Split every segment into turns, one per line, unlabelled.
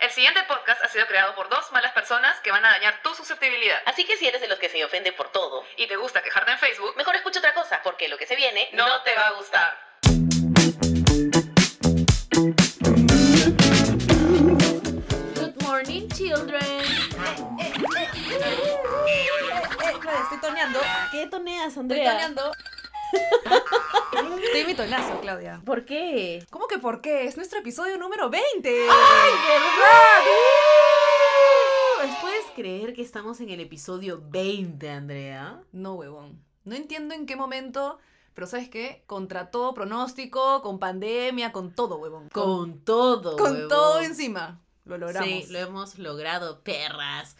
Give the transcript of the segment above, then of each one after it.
El siguiente podcast ha sido creado por dos malas personas que van a dañar tu susceptibilidad.
Así que si eres de los que se ofende por todo,
Y te gusta quejarte en Facebook,
mejor escucha otra cosa, porque lo que se viene
no, te va a gustar.
Good morning, children.
estoy toneando.
¿Qué toneas,
Estoy
Andrea?
toneando. Estoy mi tonazo, Claudia.
¿Por qué?
¿Cómo que por qué? Es nuestro episodio número 20.
¿Puedes creer que estamos en el episodio 20, Andrea?
No, huevón. No entiendo en qué momento, pero ¿sabes qué? Contra todo pronóstico, con pandemia, con todo, huevón.
Con todo.
con
huevón.
todo encima. Lo logramos.
Sí, lo hemos logrado, perras.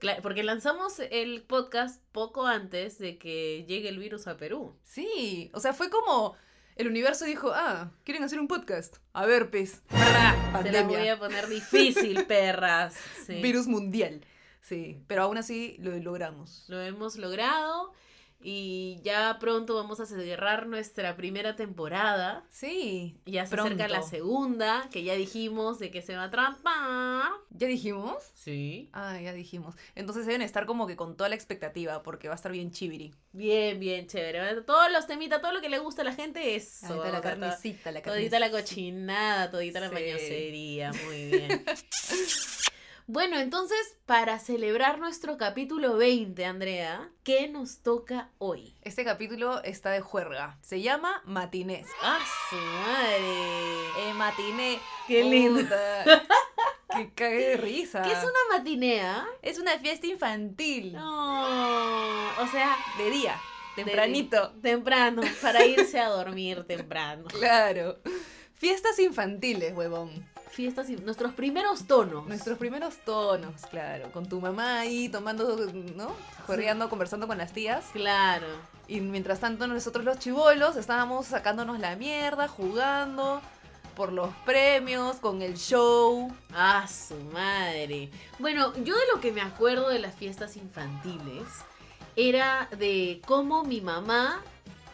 Cla- Porque lanzamos el podcast poco antes de que llegue el virus a Perú.
Sí, o sea, fue como el universo dijo, ah, quieren hacer un podcast. A ver, pues, pez. Pandemia.
Se la voy a poner difícil, perras. Sí.
Virus mundial. Sí, pero aún así lo logramos.
Lo hemos logrado y ya pronto vamos a cerrar nuestra primera temporada.
Sí,
Ya se acerca
Pronto.
la segunda, que ya dijimos de que se va a trampar.
ya dijimos.
Sí.
Ah, ya dijimos. Entonces deben estar como que con toda la expectativa, porque va a estar bien chiviri.
Bien, bien, chévere. Todos los temitas, todo lo que le gusta a la gente, eso.
Ahorita
vamos a tratar.
la
Todita la cochinada, todita la
Sí.
mañosería, muy bien. bueno, entonces, para celebrar nuestro capítulo 20, Andrea, ¿qué nos toca hoy?
Este capítulo está de juerga. Se llama Matinés.
¡Ah, su madre!
Eh, matiné.
¡Qué lindo!
Puta. ¡Qué cague de risa!
¿Qué es una matinea?
Es una fiesta infantil.
No, o sea,
De día. Tempranito.
de- temprano, para irse a dormir temprano.
Claro. Fiestas infantiles, huevón.
Fiestas y nuestros primeros tonos.
Nuestros primeros tonos, claro. Con tu mamá ahí tomando, ¿no? Juerreando, conversando con las tías.
Claro.
Y mientras tanto nosotros los chivolos estábamos sacándonos la mierda, jugando por los premios, con el show.
Ah, su madre. Bueno, yo de lo que me acuerdo de las fiestas infantiles era de cómo mi mamá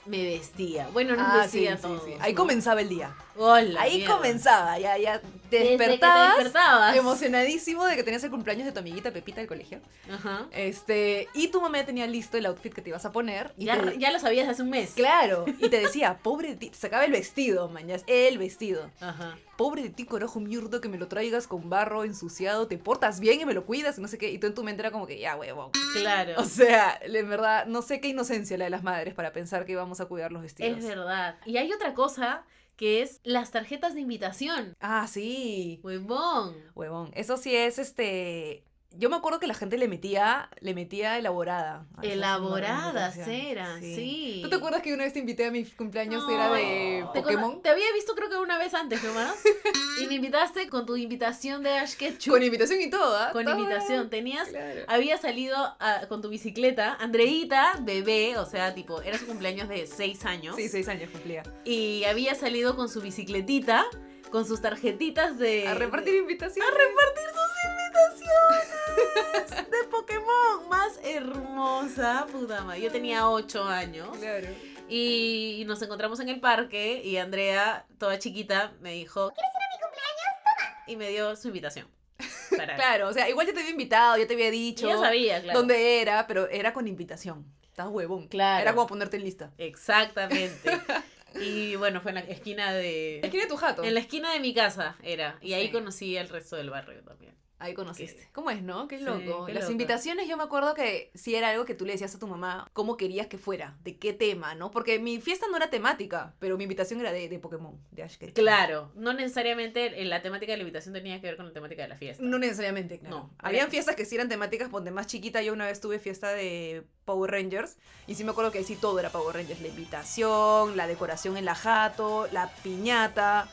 me vestía. Bueno, nos
Ah,
vestía a todos,
Ahí
¿no?
comenzaba el día.
Hola,
Ahí
mierda.
comenzaba, ya, ya te
Desde que te
despertabas,
despertabas.
emocionadísimo de que tenías el cumpleaños de tu amiguita Pepita del colegio.
Ajá.
Este, y tu mamá ya tenía listo el outfit que te ibas a poner. Y
Ya,
te-
ya lo sabías hace un mes.
Claro, y te decía, pobre de ti, te sacaba el vestido, mañas, el vestido.
Ajá.
Pobre de ti, corojo mierdo, que me lo traigas con barro ensuciado, te portas bien y me lo cuidas, y no sé qué. Y tú en tu mente era como que, ya, huevón.
Claro.
O sea, en verdad, no sé qué inocencia la de las madres para pensar que íbamos a cuidar los vestidos.
es verdad. Y hay otra cosa que es las tarjetas de invitación.
Ah, sí. Ah,
Huevón.
Huevón. Eso sí es este. Yo me acuerdo que la gente le metía, le metía elaborada. a esas
Elaboradas
madres,
eran, sí.
¿Tú te acuerdas que una vez te invité a mi cumpleaños era de
Te cono-
Pokémon?
Te había visto creo que una vez antes nomás. y me invitaste con tu invitación de Ash Ketchum.
Con invitación y todo, ¿ah?
Con
Todo era-
invitación. Tenías.
Claro.
Había salido ah, con tu bicicleta, Andreita, bebé, o sea, tipo, era su cumpleaños de 6 años.
Sí, seis años cumplía.
Y había salido con su bicicletita, con sus tarjetitas de.
A repartir invitaciones.
Eh, a repartir sus invitaciones de Pokémon más hermosa, puta madre. Yo tenía 8 años
Claro.
y, y nos encontramos en el parque y Andrea, toda chiquita, me dijo, ¿quieres ir a mi cumpleaños? Toma. Y me dio su invitación. Para-
Claro, o sea, igual ya te había invitado, ya te había
Y
dicho.
yo sabía, claro.
dónde era, pero era con invitación. Estás huevón.
Claro.
Era como ponerte en lista.
Exactamente. Y bueno, fue en la esquina de...
Esquina de tu jato.
En la esquina de mi casa era. Y ahí
Sí.
conocí al resto del barrio también.
Ahí conociste. Este. ¿Cómo es, no? Qué
Sí,
loco.
qué
Las
loco.
invitaciones yo me acuerdo que sí era algo que tú le decías a tu mamá cómo querías que fuera, de qué tema, ¿no? Porque mi fiesta no era temática, pero mi invitación era de, de Pokémon, de Ash Ketchum.
Claro, no necesariamente en la temática de la invitación tenía que ver con la temática de la fiesta.
No necesariamente, claro.
No.
Habían fiestas que sí eran temáticas, donde más chiquita yo una vez tuve fiesta de Power Rangers y sí me acuerdo que ahí sí todo era Power Rangers, la invitación, la decoración en la jato, la piñata,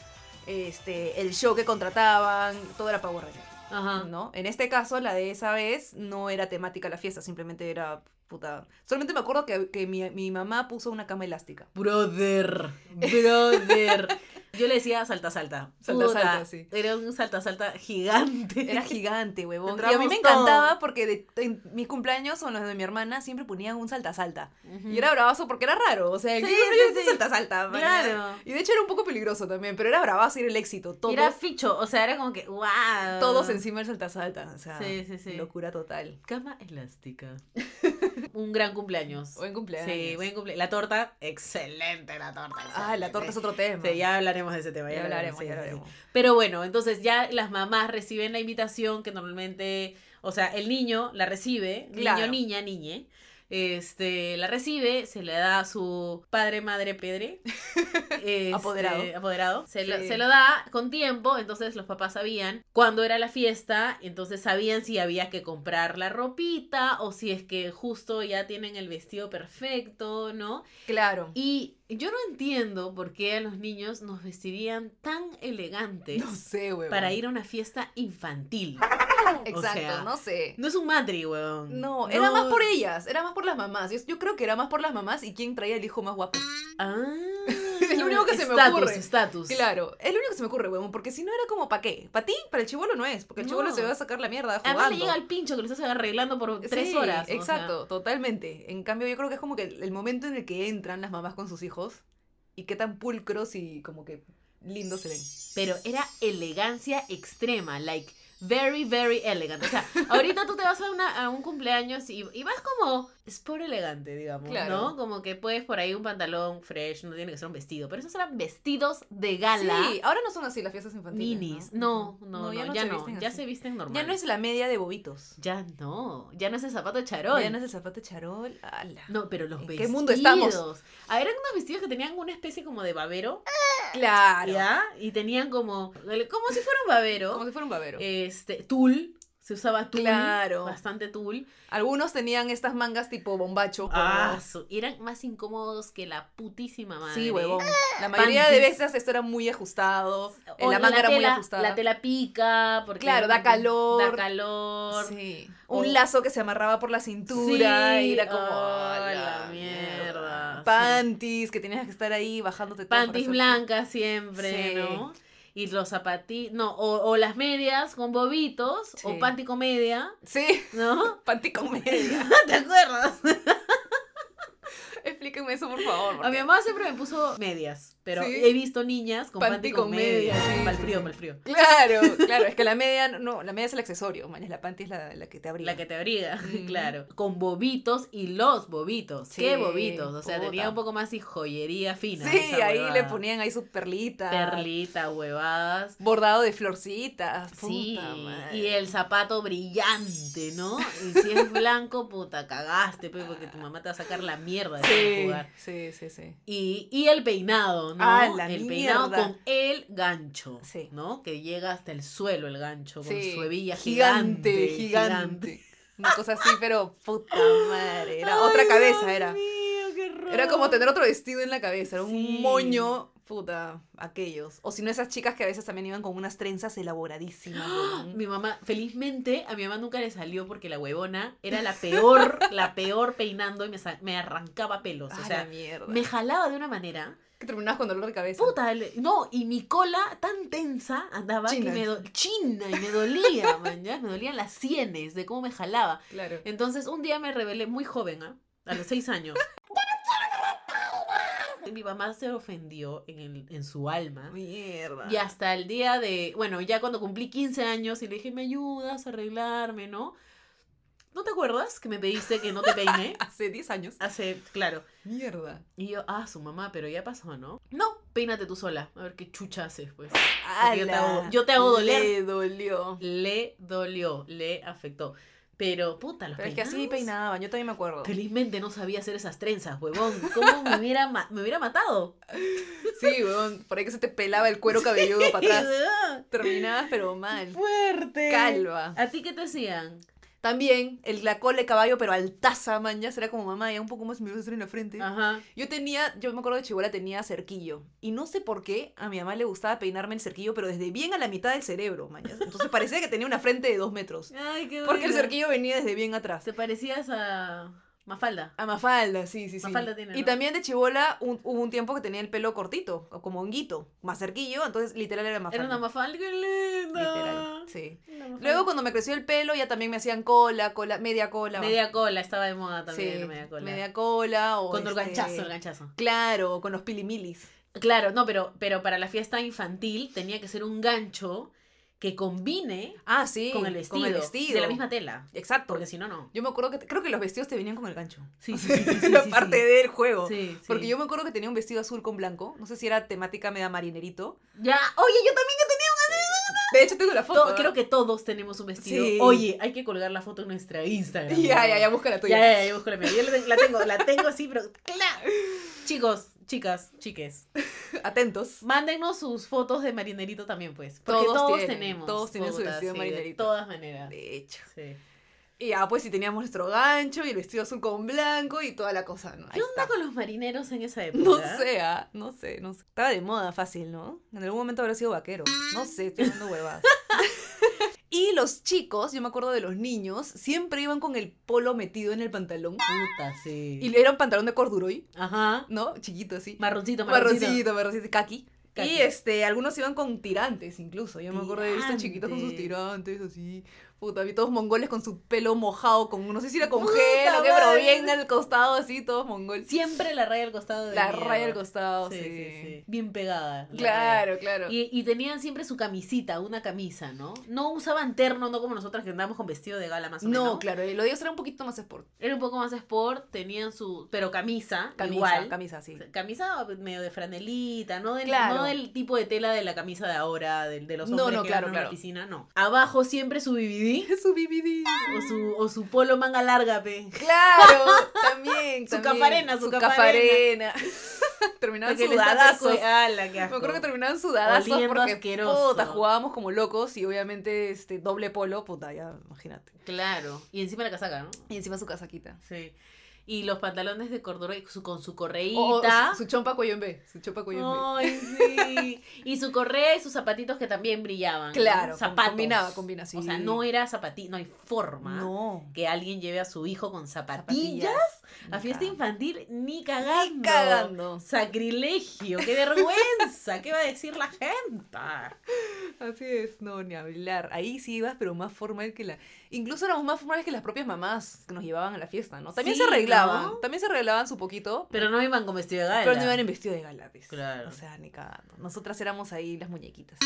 este, el show que contrataban, todo era Power Rangers,
Ajá.
¿no? En este caso, la de esa vez no era temática la fiesta, simplemente era puta. Solamente me acuerdo que, que mi, mi mamá puso una cama elástica.
Brother, brother. Yo le decía salta, salta.
Salta,
Puta,
salta, sí.
Era un salta, salta gigante.
Era gigante, huevón. Y a mí
Entramos
me encantaba porque de- en mis cumpleaños o en los de mi hermana siempre ponían un salta-salta.
Ujú.
Y era bravazo porque era raro. O sea,
Mm. Sí,
yo
sí, sí.
salta-salta. mañana.
Claro.
Y de hecho era un poco peligroso también, pero era bravazo y era el éxito.
Y
Todos,
Era ficho, o sea, era como que, wow.
todos encima del salta-salta. O sea,
Sí, sí, sí.
locura total.
Cama elástica. un gran cumpleaños.
Buen cumpleaños.
Sí, buen cumpleaños. La torta, excelente la torta.
Ah, la torta es otro tema.
Sí, ya hablaremos de ese tema.
Ya
Ya,
hablaremos,
sí,
ya
sí, sí.
hablaremos.
Pero bueno, entonces ya las mamás reciben la invitación que normalmente, o sea, el niño la recibe,
Claro.
niño, niña, niñe. Este, la recibe, se le da a su padre, madre, pedre. este,
Apoderado.
apoderado. Se, lo,
Sí.
se lo da con tiempo, entonces los papás sabían cuándo era la fiesta, entonces sabían si había que comprar la ropita o si es que justo ya tienen el vestido perfecto, ¿no?
Claro.
Y yo no entiendo por qué a los niños nos vestirían tan elegantes
No sé, huevón.
para ir a una fiesta infantil.
Exacto,
sea, mm,
no sé.
No es un matri, weón.
No, era más por ellas, era más por las mamás. Yo, yo creo que era más por las mamás y quién traía el hijo más guapo.
Ah,
Es lo único que se me
estatus,
ocurre.
Estatus.
Claro, es lo único que se me ocurre, huevón, porque si no era como, ¿para qué? ¿Para ti? Para el chivolo no es, porque el
No.
chivolo se va a sacar la mierda jugando.
Además le llega al pincho que lo estás arreglando por tres
Sí,
horas. o
Exacto, totalmente. En cambio, yo creo que es como que el el momento en el que entran las mamás con sus hijos y qué tan pulcros y como que lindos se ven.
sea. Pero era elegancia extrema, like very, very elegant. O sea, ahorita tú te vas a, una- a un cumpleaños y, y vas como sport elegante, digamos,
Claro.
¿no? Como que puedes por ahí un pantalón fresh, no tiene que ser un vestido. Pero esos eran vestidos de gala.
Sí, ahora no son así las fiestas infantiles.
Minis. No, no, no, ya no. Ya,
se visten así.
se visten normal.
Ya no es la media de bobitos.
Ya no, ya no es el zapato de charol.
Ya no es el zapato de charol. ala.
No, pero los
¿En
vestidos.
qué mundo estamos?
Ah, eran unos vestidos que tenían una especie como de babero,
Claro.
¿ya? Y tenían como, como si fuera un babero.
Como si fuera un babero.
Este, tul, se usaba tul.
Claro.
Bastante tul.
Algunos tenían estas mangas tipo bombacho.
Ah, su- y eran más incómodos que la putísima
pero-
madre.
Sí, huevón. La mayoría de
Panties.
veces esto era muy ajustado. eh,
O
la manga era muy
tela-
ajustada.
La tela pica, porque
Claro, da
Da
calor.
calor.
Sí.
O-
Un lazo que se amarraba por la cintura
Sí,
y era como.
ah,
"A
la mierda", sí.
Panties que tenías que estar ahí bajándote todo para
Panties
hacer-
blancas siempre,
Sí.
¿no? Y los zapatitos, no, o, o las medias con bobitos,
Sí.
o panty comedia,
Sí,
¿no?
panty con media.
¿Te acuerdas?
Explíquenme eso, por favor.
A mi
porque-
mamá siempre me puso medias, pero
Sí.
he visto niñas con panty, con media,
sí,
para el
sí,
frío,
sí.
para el frío.
Claro, claro, es que la media, no, la media es el accesorio, man, es la panty es la, la que te abría.
La que te abriga,
Mm.
claro. Con bobitos y los bobitos.
Sí,
¿Qué bobitos? O sea,
puta.
tenía un poco más y joyería fina.
Sí,
esa
ahí le
huevada.
ponían ahí sus perlitas.
Perlita, huevadas.
Bordado de florcitas. Puta
Sí,
madre.
y el zapato brillante, ¿no? Y si es blanco, puta, cagaste, pues, porque tu mamá te va a sacar la mierda de tanto
Sí,
jugar.
sí, sí, sí.
Y, y el peinado, ¿no?
Ah, la
el peinado
mierda.
con el gancho,
Sí.
¿no? Que llega hasta el suelo el gancho, con
Sí,
su hebilla
gigante,
gigante.
gigante. Una cosa así, pero puta madre. Era otra cabeza, era. Era como tener otro vestido en la cabeza, era un
Sí.
moño, puta, aquellos. O si no, esas chicas que a veces también iban con unas trenzas elaboradísimas. huevón.
¡Ah! Mi mamá, felizmente, a mi mamá nunca le salió porque la huevona era la peor, la peor peinando y me, sa- me arrancaba pelos.
Ah,
o
la
sea,
mierda.
me jalaba de una manera.
Que terminabas con dolor de cabeza.
Puta, el- no, y mi cola tan tensa andaba
China.
que me do- china y me dolía, man, ya, me dolían las sienes de cómo me jalaba.
Claro.
Entonces un día me rebelé muy joven, ¿ah? a los seis años. Y Mi mamá se ofendió en, el- en su alma.
Mierda.
Y hasta el día de, bueno, ya cuando cumplí 15 años y le dije, me ayudas a arreglarme, ¿no? ¿No te acuerdas que me pediste que no te peiné?
Hace 10 años.
Hace, claro.
Mierda.
Y yo, ah, su mamá, pero ya pasó, ¿no? No, peínate tú sola. A ver qué chucha haces, pues. Porque yo te hago-
Ala,
yo te hago doler.
Le dolió.
Le dolió, le afectó. Pero, puta, los
Pero es que así
peinados.
peinaban, yo también me acuerdo.
Felizmente no sabía hacer esas trenzas, huevón. ¿Cómo me hubiera, ma- me hubiera matado?
Sí, weón, por ahí que se te pelaba el cuero cabelludo para atrás.
Ah,
Terminabas, pero mal.
¡Fuerte!
Calva.
¿A ti qué te hacían?
También, el, la cola de caballo, pero altaza, man, ya será como mamá, ya un poco más me iba a hacer en la frente.
Ajá.
Yo tenía, yo me acuerdo de Chihuahua tenía cerquillo. Y no sé por qué a mi mamá le gustaba peinarme el cerquillo, pero desde bien a la mitad del cerebro, man. ya. Entonces parecía que tenía una frente de dos metros.
Ay, qué
Porque el
buena.
cerquillo venía desde bien atrás.
Te parecías a Mafalda.
A Mafalda, sí, sí, sí.
Mafalda tiene,
Y
¿no?
también de Chibola un- hubo un tiempo que tenía el pelo cortito, o como honguito, más cerquillo, entonces literal era Mafalda.
Era una Mafalda, qué linda.
Literal, sí.
Una Mafalda.
Luego cuando me creció el pelo ya también me hacían cola, cola, media cola.
Media cola, estaba de moda también,
sí,
media cola.
cola o
Con el
este,
ganchazo, el ganchazo.
Claro, o con los pilimilis.
Claro, no, pero, pero para la fiesta infantil tenía que ser un gancho que combine
Ah, sí.
con, el vestido,
vestido.
De la misma tela.
Exacto.
Porque si no, no.
Yo me acuerdo que creo que los vestidos te venían con el gancho.
Sí, sí, sí, sí, sí,
Era
sí,
parte
sí.
del juego.
Sí, sí.
Porque yo me acuerdo que tenía un vestido azul con blanco. No sé si era temática media marinerito.
Ya, oye, yo ¿eh? también.
De hecho, tengo la foto. ¿eh?
to- creo que todos tenemos un vestido.
Sí.
Oye, hay que colgar la foto en nuestra Instagram.
Ya,
¿no?
ya, ya, busca la
Ya,
tuya.
ya, ya, busco la mía. Yo la tengo- la tengo, la tengo así, pero. ¡Claro! Chicos, chicas, chiques.
Atentos.
Mándennos sus fotos de marinerito también, pues. Porque todos,
Todos tienen,
tenemos.
todos tienen su
fotos,
vestido de
sí, De
marinerito.
todas maneras.
De hecho.
Sí.
Y ya, pues si teníamos nuestro gancho y el vestido azul con blanco y toda la cosa, ¿no? Ahí
¿Qué onda
está.
con los marineros en esa época?
No sé, ah, no sé, no sé. Estaba de moda fácil, ¿no? En algún momento habrá sido vaquero. No sé, estoy dando huevadas. y los chicos, yo me acuerdo de los niños, siempre iban con el polo metido en el pantalón.
Puta, sí.
Y era un pantalón de corduroy,
Ajá.
¿no? Chiquito así.
Marroncito, marroncito.
Marroncito, marroncito, kaki.
Kaki.
Y este, algunos iban con tirantes incluso. Yo me acuerdo de estos chiquitos con sus
Tirantes.
tirantes así. Puta, vi todos mongoles con su pelo mojado, con no sé si era con
Puta
gel o qué, pero
madre.
bien al costado así, todos mongoles.
Siempre la raya al costado de
La
mierda.
raya al costado, sí.
Sí, sí, sí. Bien pegada. la raya.
Claro, claro.
Y, y tenían siempre su camisita, una camisa, ¿no? No usaban terno, no como nosotras que andábamos con vestido de gala más o menos.
No, claro, eh, lo de ellos era un poquito más sport.
Era un poco más sport, tenían su. Pero camisa,
Camisa,
igual.
camisa, sí.
Camisa medio de franelita, no del,
Claro.
no del tipo de tela de la camisa de ahora, del- de, los
No,
hombres
no,
que
claro,
ganan en
claro.
la oficina, no. Abajo siempre su BBD
Su BBD.
o su, o su polo manga larga, pe.
Claro, también.
Su
también.
cafarena, su
cafarena. Terminaban
Porque le está
sudadazos.
percue- ala, qué
Me acuerdo que
asco.
terminaban sudadazos
Oliendo
porque
asqueroso.
puta, jugábamos como locos y obviamente este doble polo, puta, ya imagínate.
Claro. Y encima la casaca, ¿no?
Y encima su casaquita.
Sí. Y los pantalones de corduroy su- con su correíta.
O- o Oh, su, su chompa cuello en B, su chompa cuello en B.
Ay, sí. Y su correa y sus zapatitos que también brillaban. ¿no?
Claro, com-
Zapatos.
combinaba, combina, sí.
O sea, no era zapatito, no hay forma
No.
que alguien lleve a su hijo con zapatillas, a fiesta
Nunca.
infantil ni cagando.
Cagando.
Sacrilegio, qué vergüenza, ¿qué va a decir la gente?
Así es, no, ni hablar. Ahí sí ibas, pero más formal que la. Incluso éramos más formales que las propias mamás que nos llevaban a la fiesta, ¿no? También
Sí,
se arreglaban,
¿no?
también se arreglaban su poquito,
Pero no iban con vestido de gala.
pero no iban en vestido de gala, pues.
Claro.
O sea, ni cagando. Nosotras éramos ahí las muñequitas.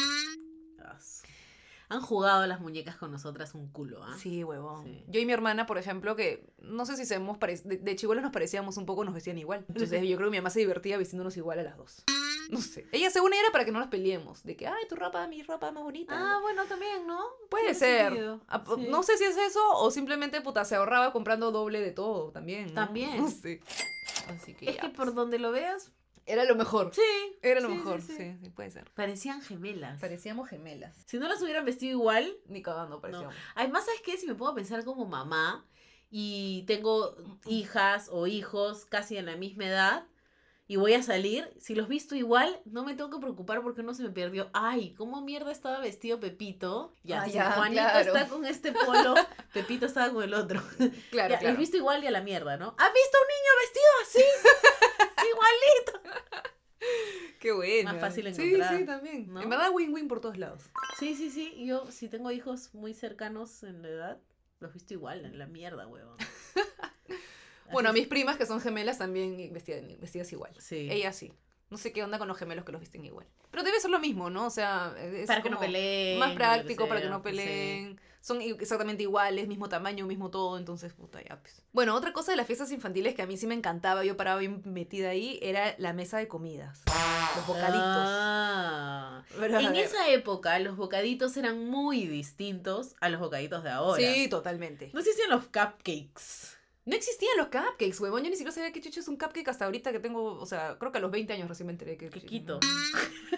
Han jugado las muñecas con nosotras un culo, ¿ah?
Sí, huevón.
Sí.
Yo y mi hermana, por ejemplo, que no sé si somos parec- de, de chibolas nos parecíamos un poco, nos vestían igual. Entonces yo creo que mi mamá se divertía vistiéndonos igual a las dos. No sé. Ella según era para que no nos peleemos, de que, ay, tu ropa, mi ropa más bonita.
Ah, bueno, también, ¿no?
Puede
tiene
ser.
sentido.
Ah, po-
Sí.
No sé si es eso o simplemente puta se ahorraba comprando doble de todo también. ¿no?
También.
No sé. Así que
Es
ya,
que
pues.
por donde lo veas,
era lo mejor.
sí.
Era lo
sí, sí,
mejor. Sí
sí.
sí. puede ser.
Parecían gemelas.
Parecíamos gemelas.
Si no las hubieran vestido igual,
Ni cagando parecíamos.
Además, ¿sabes qué? Si me puedo pensar como mamá y tengo hijas o hijos casi en la misma edad y voy a salir, si los visto igual, no me tengo que preocupar porque uno se me perdió. Ay, ¿cómo mierda estaba vestido Pepito? Ya,
Ah,
si
ya,
Juanito
claro.
está con este polo, Pepito estaba con el otro.
Claro,
ya,
claro.
Los visto igual y a la mierda, ¿no? ¿Has visto un niño vestido así? Igualito.
Qué bueno.
Más fácil
Sí,
encontrar,
sí, también.
¿no?
En verdad win-win por todos lados.
Sí, sí, sí. Yo, si tengo hijos muy cercanos en la edad, los visto igual, en la mierda, huevón.
Bueno, a
Así
mis primas que son gemelas también vestían- vestidas igual.
Sí.
Ellas sí. No sé qué onda con los gemelos que los visten igual. Pero debe ser lo mismo, ¿no? O sea, es
para que no
como
peleen.
Más
o lo
práctico para que
sea, pues,
no
sí.
peleen. Son i- exactamente iguales, mismo tamaño, mismo todo, entonces puta ya pues. Bueno, otra cosa de las fiestas infantiles que a mí sí me encantaba, yo paraba bien metida ahí, era la mesa de comidas. Los bocaditos.
Ah.
Pero, a
En
ver,
esa época los bocaditos eran muy distintos a los bocaditos de ahora.
Sí, totalmente.
No existían los cupcakes.
No existían los cupcakes, huevón. Yo ni siquiera sabía qué chucho es un cupcake hasta ahorita que tengo, o sea, creo que a los 20 años recién me enteré que
Quequito.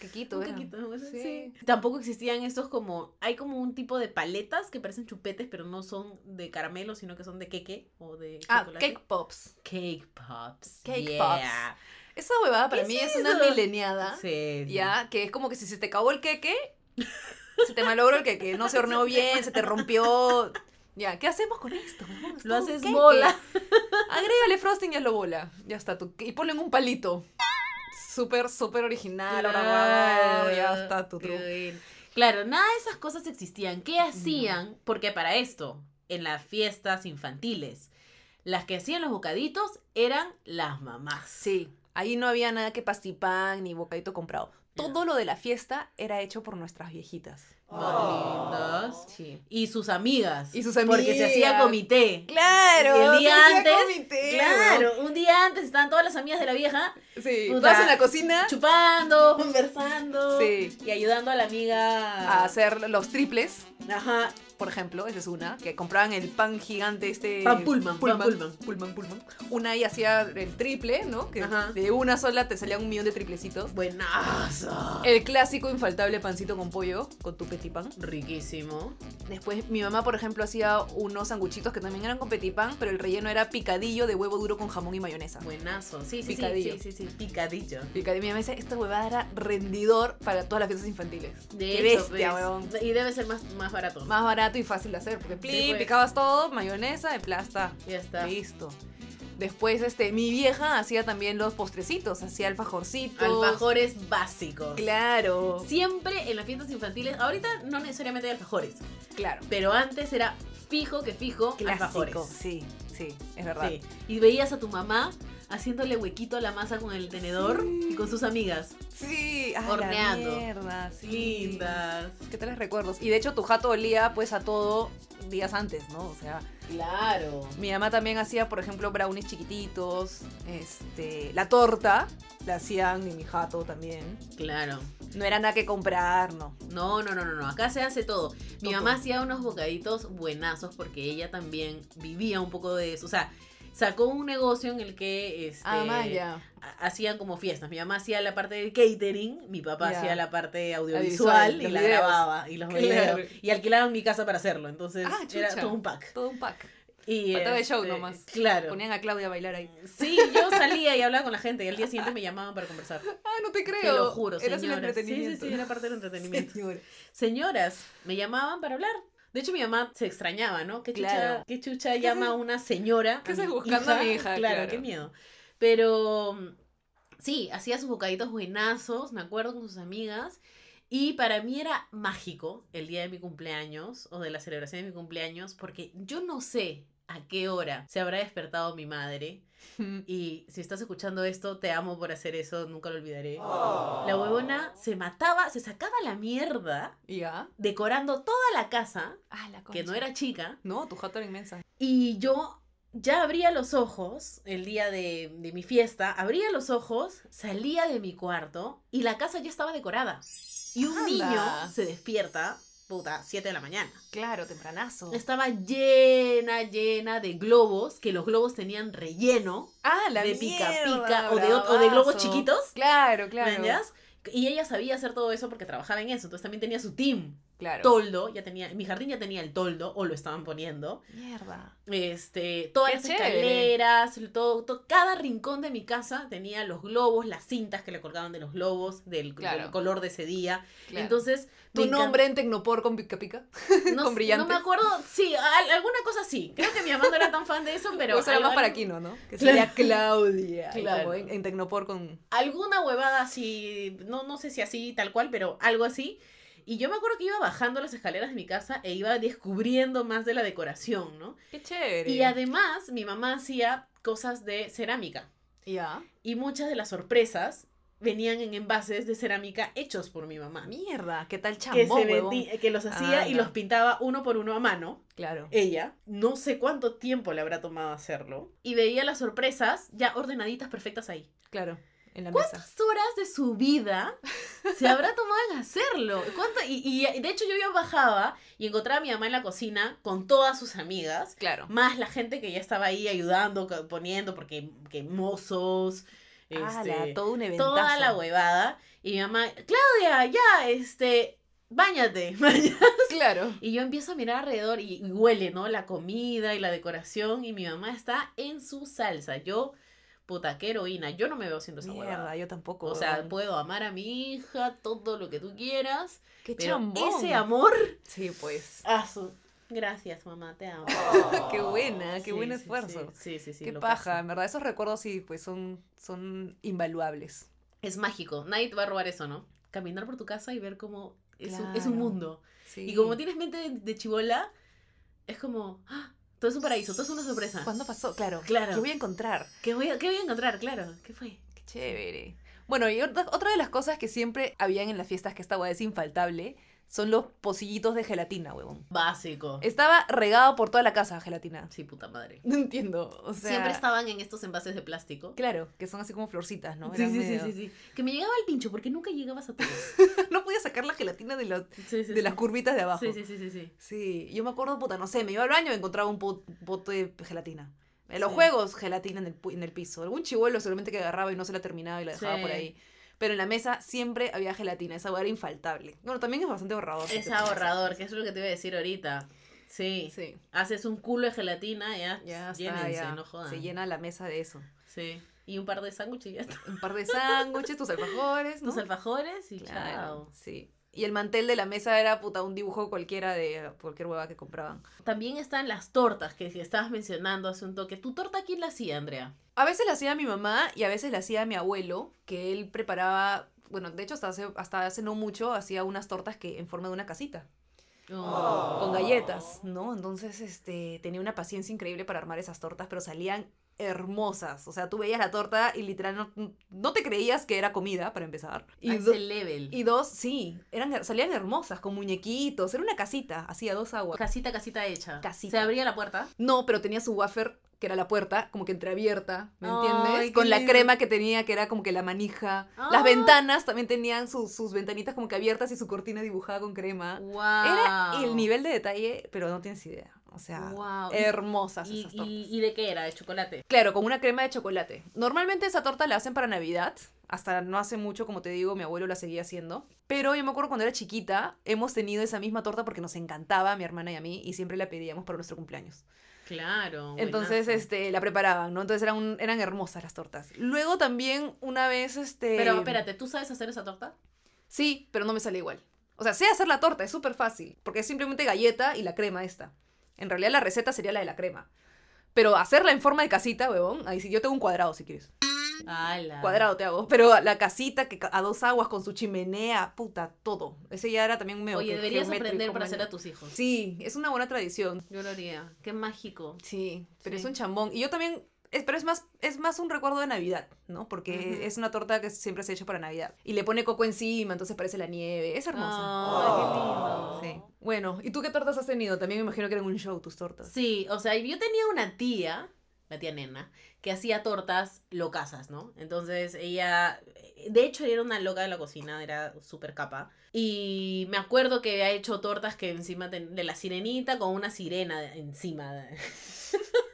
Quequito,
Un
era.
cupcake, ¿no?
Sí.
Sí. Tampoco existían estos como. Hay como un tipo de paletas que parecen chupetes, pero no son de caramelo, sino que son de queque o de
Ah,
chocolate.
cake pops.
Cake pops.
Cake
yeah.
Esa huevada para
¿Qué
mí
es
es una
eso?
mileniada.
Sí. sí.
Ya, que es como que si se te acabó el queque, se te malogró el queque, no se horneó bien, se te rompió. Ya, ¿qué hacemos con esto? mamá? Es
Lo
todo un
haces
queque.
bola.
Agrégale frosting y hazlo bola. Ya está. Tu, y ponle en un palito. Súper, súper original. ahora ya está tu
Qué
truco.
bien. Claro, nada de esas cosas existían. ¿Qué hacían? Porque para esto, en las fiestas infantiles, las que hacían los bocaditos eran las mamás.
Sí, ahí no había nada que pastipán ni bocadito comprado. Todo lo de la fiesta era hecho por nuestras viejitas.
Más lindas. Y sus amigas.
Oh. Y sus
Porque se hacía
amigas.
comité.
Claro,
El día
se hacía
antes,
comité, ¿no?
Claro, un día antes estaban todas las amigas de la vieja
Sí,
Puta.
todas en la cocina
chupando, conversando
Sí.
y ayudando a la amiga
a hacer los triples,
Ajá.
por ejemplo, esa es una, que compraban el pan gigante este
Pan Pullman, pan Pullman.
Pullman, Pullman. Una y hacía el triple, ¿no? Que
Ajá.
de una sola te salían un millón de triplecitos.
Buenazo.
El clásico infaltable pancito con pollo, con tu petit pan.
Riquísimo.
Después mi mamá, por ejemplo, hacía unos sanguchitos que también eran con petit pan, pero el relleno era picadillo de huevo duro con jamón y mayonesa.
Buenazo. Sí, sí,
Picadillo.
sí, sí, sí, sí. Picadillo.
Picadillo. Mi mamá dice, esta huevada era rendidor para todas las fiestas infantiles.
De
Qué
hecho,
bestia,
pues,
huevón.
Y debe ser más, más barato.
Más barato y fácil de hacer, porque plin,
pues.
picabas todo, mayonesa, de plasta,
Ya está.
listo. Después, este, mi vieja hacía también los postrecitos, hacía alfajorcitos.
Alfajores básicos.
Claro,
Siempre en las fiestas infantiles, ahorita no necesariamente hay alfajores,
claro.
pero antes era fijo que fijo
Clásico.
alfajores.
Sí, sí, es verdad.
Sí. Y veías a tu mamá haciéndole huequito a la masa con el tenedor
Sí.
y con sus amigas.
Sí, ah, la
Horneando.
mierda, sí.
Lindas.
¿Qué tales recuerdos? Y de hecho tu jato olía pues a todo días antes, ¿no? O sea,
Claro.
mi mamá también hacía, por ejemplo, brownies chiquititos, este, la torta la hacían en mi jato también.
Claro.
No era nada que comprar, no.
No, no, no, no, no. Acá se hace todo. Mi
Todo.
mamá hacía unos bocaditos buenazos porque ella también vivía un poco de eso. O sea, sacó un negocio en el que este,
Ah,
ha- hacían como fiestas. Mi mamá hacía la parte del catering, mi papá
Ya.
hacía la parte
Audiovisual,
audiovisual y
los
la
videos.
grababa y los
Claro.
videos. Y alquilaban mi casa para hacerlo. Entonces
Ah,
era
chucha.
todo un pack.
Todo un pack.
Y,
Faltaba el show
este,
nomás.
Claro.
Ponían a Claudia a bailar ahí.
Sí, yo salía y hablaba con la gente y al día siguiente me llamaban para conversar.
Ah, no te creo.
Te lo juro,
Eras el
señoras.
entretenimiento.
Sí, sí, sí, era parte del entretenimiento.
Señora.
Señoras, me llamaban para hablar. De hecho, mi mamá se extrañaba, ¿no? ¿Qué chucha,
Claro.
qué chucha llama a una señora?
qué
a
estás
mi
buscando a mi hija?
Claro,
Claro.
qué miedo. Pero mm, sí, hacía sus bocaditos buenazos, me acuerdo con sus amigas. Y para mí era mágico el día de mi cumpleaños o de la celebración de mi cumpleaños, porque yo no sé a qué hora se habrá despertado mi madre.
Mm.
Y si estás escuchando esto, te amo por hacer eso, nunca lo olvidaré. La huevona se mataba, se sacaba la mierda
¿Y ya?
decorando toda la casa,
Ah, la
que no era chica,
No, tu jato era inmensa.
y yo ya abría los ojos el día de, de mi fiesta, abría los ojos, salía de mi cuarto y la casa ya estaba decorada. Y un
Anda.
niño se despierta, puta, 7 de la mañana.
Claro, tempranazo.
Estaba llena, llena de globos, que los globos tenían relleno
Ah, la
de pica
mierda,
pica o de, ot- o de globos
bravazo.
chiquitos.
Claro,
¿me
claro.
entiendes? Y ella sabía hacer todo eso porque trabajaba en eso, entonces también tenía su team.
Claro.
toldo, ya tenía, mi jardín ya tenía el toldo, o lo estaban poniendo.
Mierda.
Este, todas
Qué
las
chévere.
escaleras, todo, to- cada rincón de mi casa tenía los globos, las cintas que le colgaban de los globos, del,
Claro.
del color de ese día.
Claro.
Entonces,
tu
me encan-
nombre en Tecnopor con pica pica.
no,
con
sé,
brillantes.
No me acuerdo, sí, al- alguna cosa sí. Creo que mi mamá no era tan fan de eso, pero.
Pero eso era
algo-
más para Aquino, ¿no? Que
Claro.
sería Claudia. y
Claro.
como en, en Tecnopor con.
alguna huevada así, no, no sé si así tal cual, pero algo así. Y yo me acuerdo que iba bajando las escaleras de mi casa e iba descubriendo más de la decoración, ¿no?
Qué chévere.
Y además, mi mamá hacía cosas de cerámica.
Ya.
Y muchas de las sorpresas venían en envases de cerámica hechos por mi mamá.
Mierda, ¿qué tal
Que,
chambó,
se
huevón?
vendí- eh, que los hacía
Ah,
y
no.
los pintaba uno por uno a mano.
Claro.
Ella, no sé cuánto tiempo le habrá tomado hacerlo. Y veía las sorpresas ya ordenaditas, perfectas ahí.
Claro. En la mesa.
¿Cuántas horas de su vida se habrá tomado en hacerlo? ¿Cuánto? Y, y de hecho yo ya bajaba y encontraba a mi mamá en la cocina con todas sus amigas
Claro.
más la gente que ya estaba ahí ayudando, co- poniendo, porque que mozos,
Ala,
este,
todo un eventazo.
toda la huevada. Y mi mamá, Claudia, ya, este, bañate. baña".
Claro.
y yo empiezo a mirar alrededor y, y huele, ¿no? La comida y la decoración. Y mi mamá está en su salsa. Yo, puta, qué heroína. Yo no me veo haciendo esa
Mierda,
huevada.
yo tampoco.
O sea,
huevón.
puedo amar a mi hija, todo lo que tú quieras.
qué
Pero
chambón.
ese amor,
Sí, pues.
a su- Gracias, mamá, te amo.
Qué buena, Ah, qué
Ah, Sí,
buen
sí,
esfuerzo.
Sí, sí, sí. sí,
Qué
lo
paja,
pasé.
en verdad. Esos recuerdos sí, pues son, son invaluables.
Es mágico. Nadie te va a robar eso, ¿no? Caminar por tu casa y ver cómo es, un, es
Claro.
un mundo.
Sí.
Y como tienes mente de, chivola, es como, ¡ah! todo es un paraíso, todo es una sorpresa.
¿Cuándo pasó? Claro.
Claro.
¿Qué voy a encontrar?
¿Qué voy, a, ¿Qué voy a encontrar? Claro, ¿qué fue?
Qué chévere. Bueno, y otra, otra de las cosas que siempre habían en las fiestas, que esta hueá es infaltable, son los pocillitos de gelatina, huevón.
Básico.
Estaba regado por toda la casa gelatina.
Sí, puta madre.
No entiendo. O sea,
Siempre estaban en estos envases de plástico.
Claro, que son así como florcitas, ¿no?
Sí,
Eran
sí, sí,
medio-
sí, sí. Que me llegaba el pincho porque nunca llegabas a todos.
No podía sacar la gelatina de, los-
Sí, sí,
de las
sí.
curvitas de abajo.
Sí, sí, sí, sí, sí.
Sí, yo me acuerdo, puta, no sé, me iba al baño y encontraba un po- bote de gelatina. En los
Sí.
juegos, gelatina en el, pu- en el piso. Algún chivuelo seguramente que agarraba y no se la terminaba y la dejaba
Sí.
por ahí. Pero en la mesa siempre había gelatina, esa hueá era infaltable. Bueno, también es bastante ahorrador. si
Es
te pones a
ahorrador, que
pensar.
eso es lo que te iba a decir ahorita. Sí.
Sí,
Haces un culo de gelatina, ya,
ya está,
llénense,
ya.
no jodan.
Se llena la mesa de eso.
Sí. Y un par de sándwiches y ya está.
Un par de sándwiches, tus alfajores, ¿no?
Tus alfajores y
Claro,
chao.
sí. Y el mantel de la mesa era, puta, un dibujo cualquiera de cualquier hueva que compraban.
También están las tortas que, que estabas mencionando hace un toque. ¿Tu torta quién la hacía, Andrea?
A veces la hacía mi mamá y a veces la hacía mi abuelo, que él preparaba, bueno, de hecho hasta hace, hasta hace no mucho hacía unas tortas que en forma de una casita, con galletas, ¿no? Entonces, este, tenía una paciencia increíble para armar esas tortas, pero salían hermosas. O sea, tú veías la torta y literal no, no te creías que era comida, para empezar.
Y
Y, do-
ese level.
y dos, sí, eran, salían hermosas, con muñequitos, era una casita, hacía dos aguas.
Casita, casita hecha.
Casita.
Se abría la puerta.
No, pero tenía su wafer, que era la puerta, como que entreabierta, ¿me entiendes?
Ay, qué
Con la
lindo.
crema que tenía, que era como que la manija.
Ah.
Las ventanas también tenían sus- sus ventanitas como que abiertas y su cortina dibujada con crema.
Wow.
Era el nivel de detalle, pero no tienes idea. O sea,
Wow.
hermosas
¿Y,
esas tortas.
y, y de qué era? ¿De chocolate?
Claro, con una crema de chocolate. Normalmente esa torta la hacen para Navidad. Hasta no hace mucho, como te digo, mi abuelo la seguía haciendo. Pero yo me acuerdo cuando era chiquita, hemos tenido esa misma torta porque nos encantaba a mi hermana y a mí y siempre la pedíamos para nuestro cumpleaños.
Claro.
Entonces,
buenazo.
este, la preparaban, ¿no? Entonces eran, un- eran hermosas las tortas. Luego también una vez, este...
Pero espérate, ¿tú sabes hacer esa torta?
Sí, pero no me sale igual. O sea, sé hacer la torta, es súper fácil, porque es simplemente galleta y la crema esta. En realidad la receta sería la de la crema. Pero hacerla en forma de casita, huevón, ahí sí, yo tengo un cuadrado si quieres.
¡Hala!
Cuadrado te hago, pero la casita que ca- a dos aguas con su chimenea, puta, todo. Ese ya era también medio
Oye,
que
deberías
geométrico,
aprender para hacer
mano.
a tus hijos.
Sí, es una buena tradición.
Yo lo haría. Qué mágico.
Sí, pero es
Sí.
un chambón. Y yo también, es- pero es más, es más un recuerdo de Navidad, ¿no? Porque
Ujú.
es una torta que siempre se ha hecho para Navidad. Y le pone coco encima, entonces parece la nieve. Es hermosa.
Ah, qué
Sí.
lindo.
Bueno, ¿y tú qué tortas has tenido? También me imagino que eran un show tus tortas.
Sí, o sea, yo tenía una tía, la tía nena, que hacía tortas locasas, ¿no? Entonces ella, eh, de hecho, ella era una loca de la cocina, era súper capa. Y me acuerdo que había hecho tortas que encima ten- de la sirenita con una sirena de- encima. de-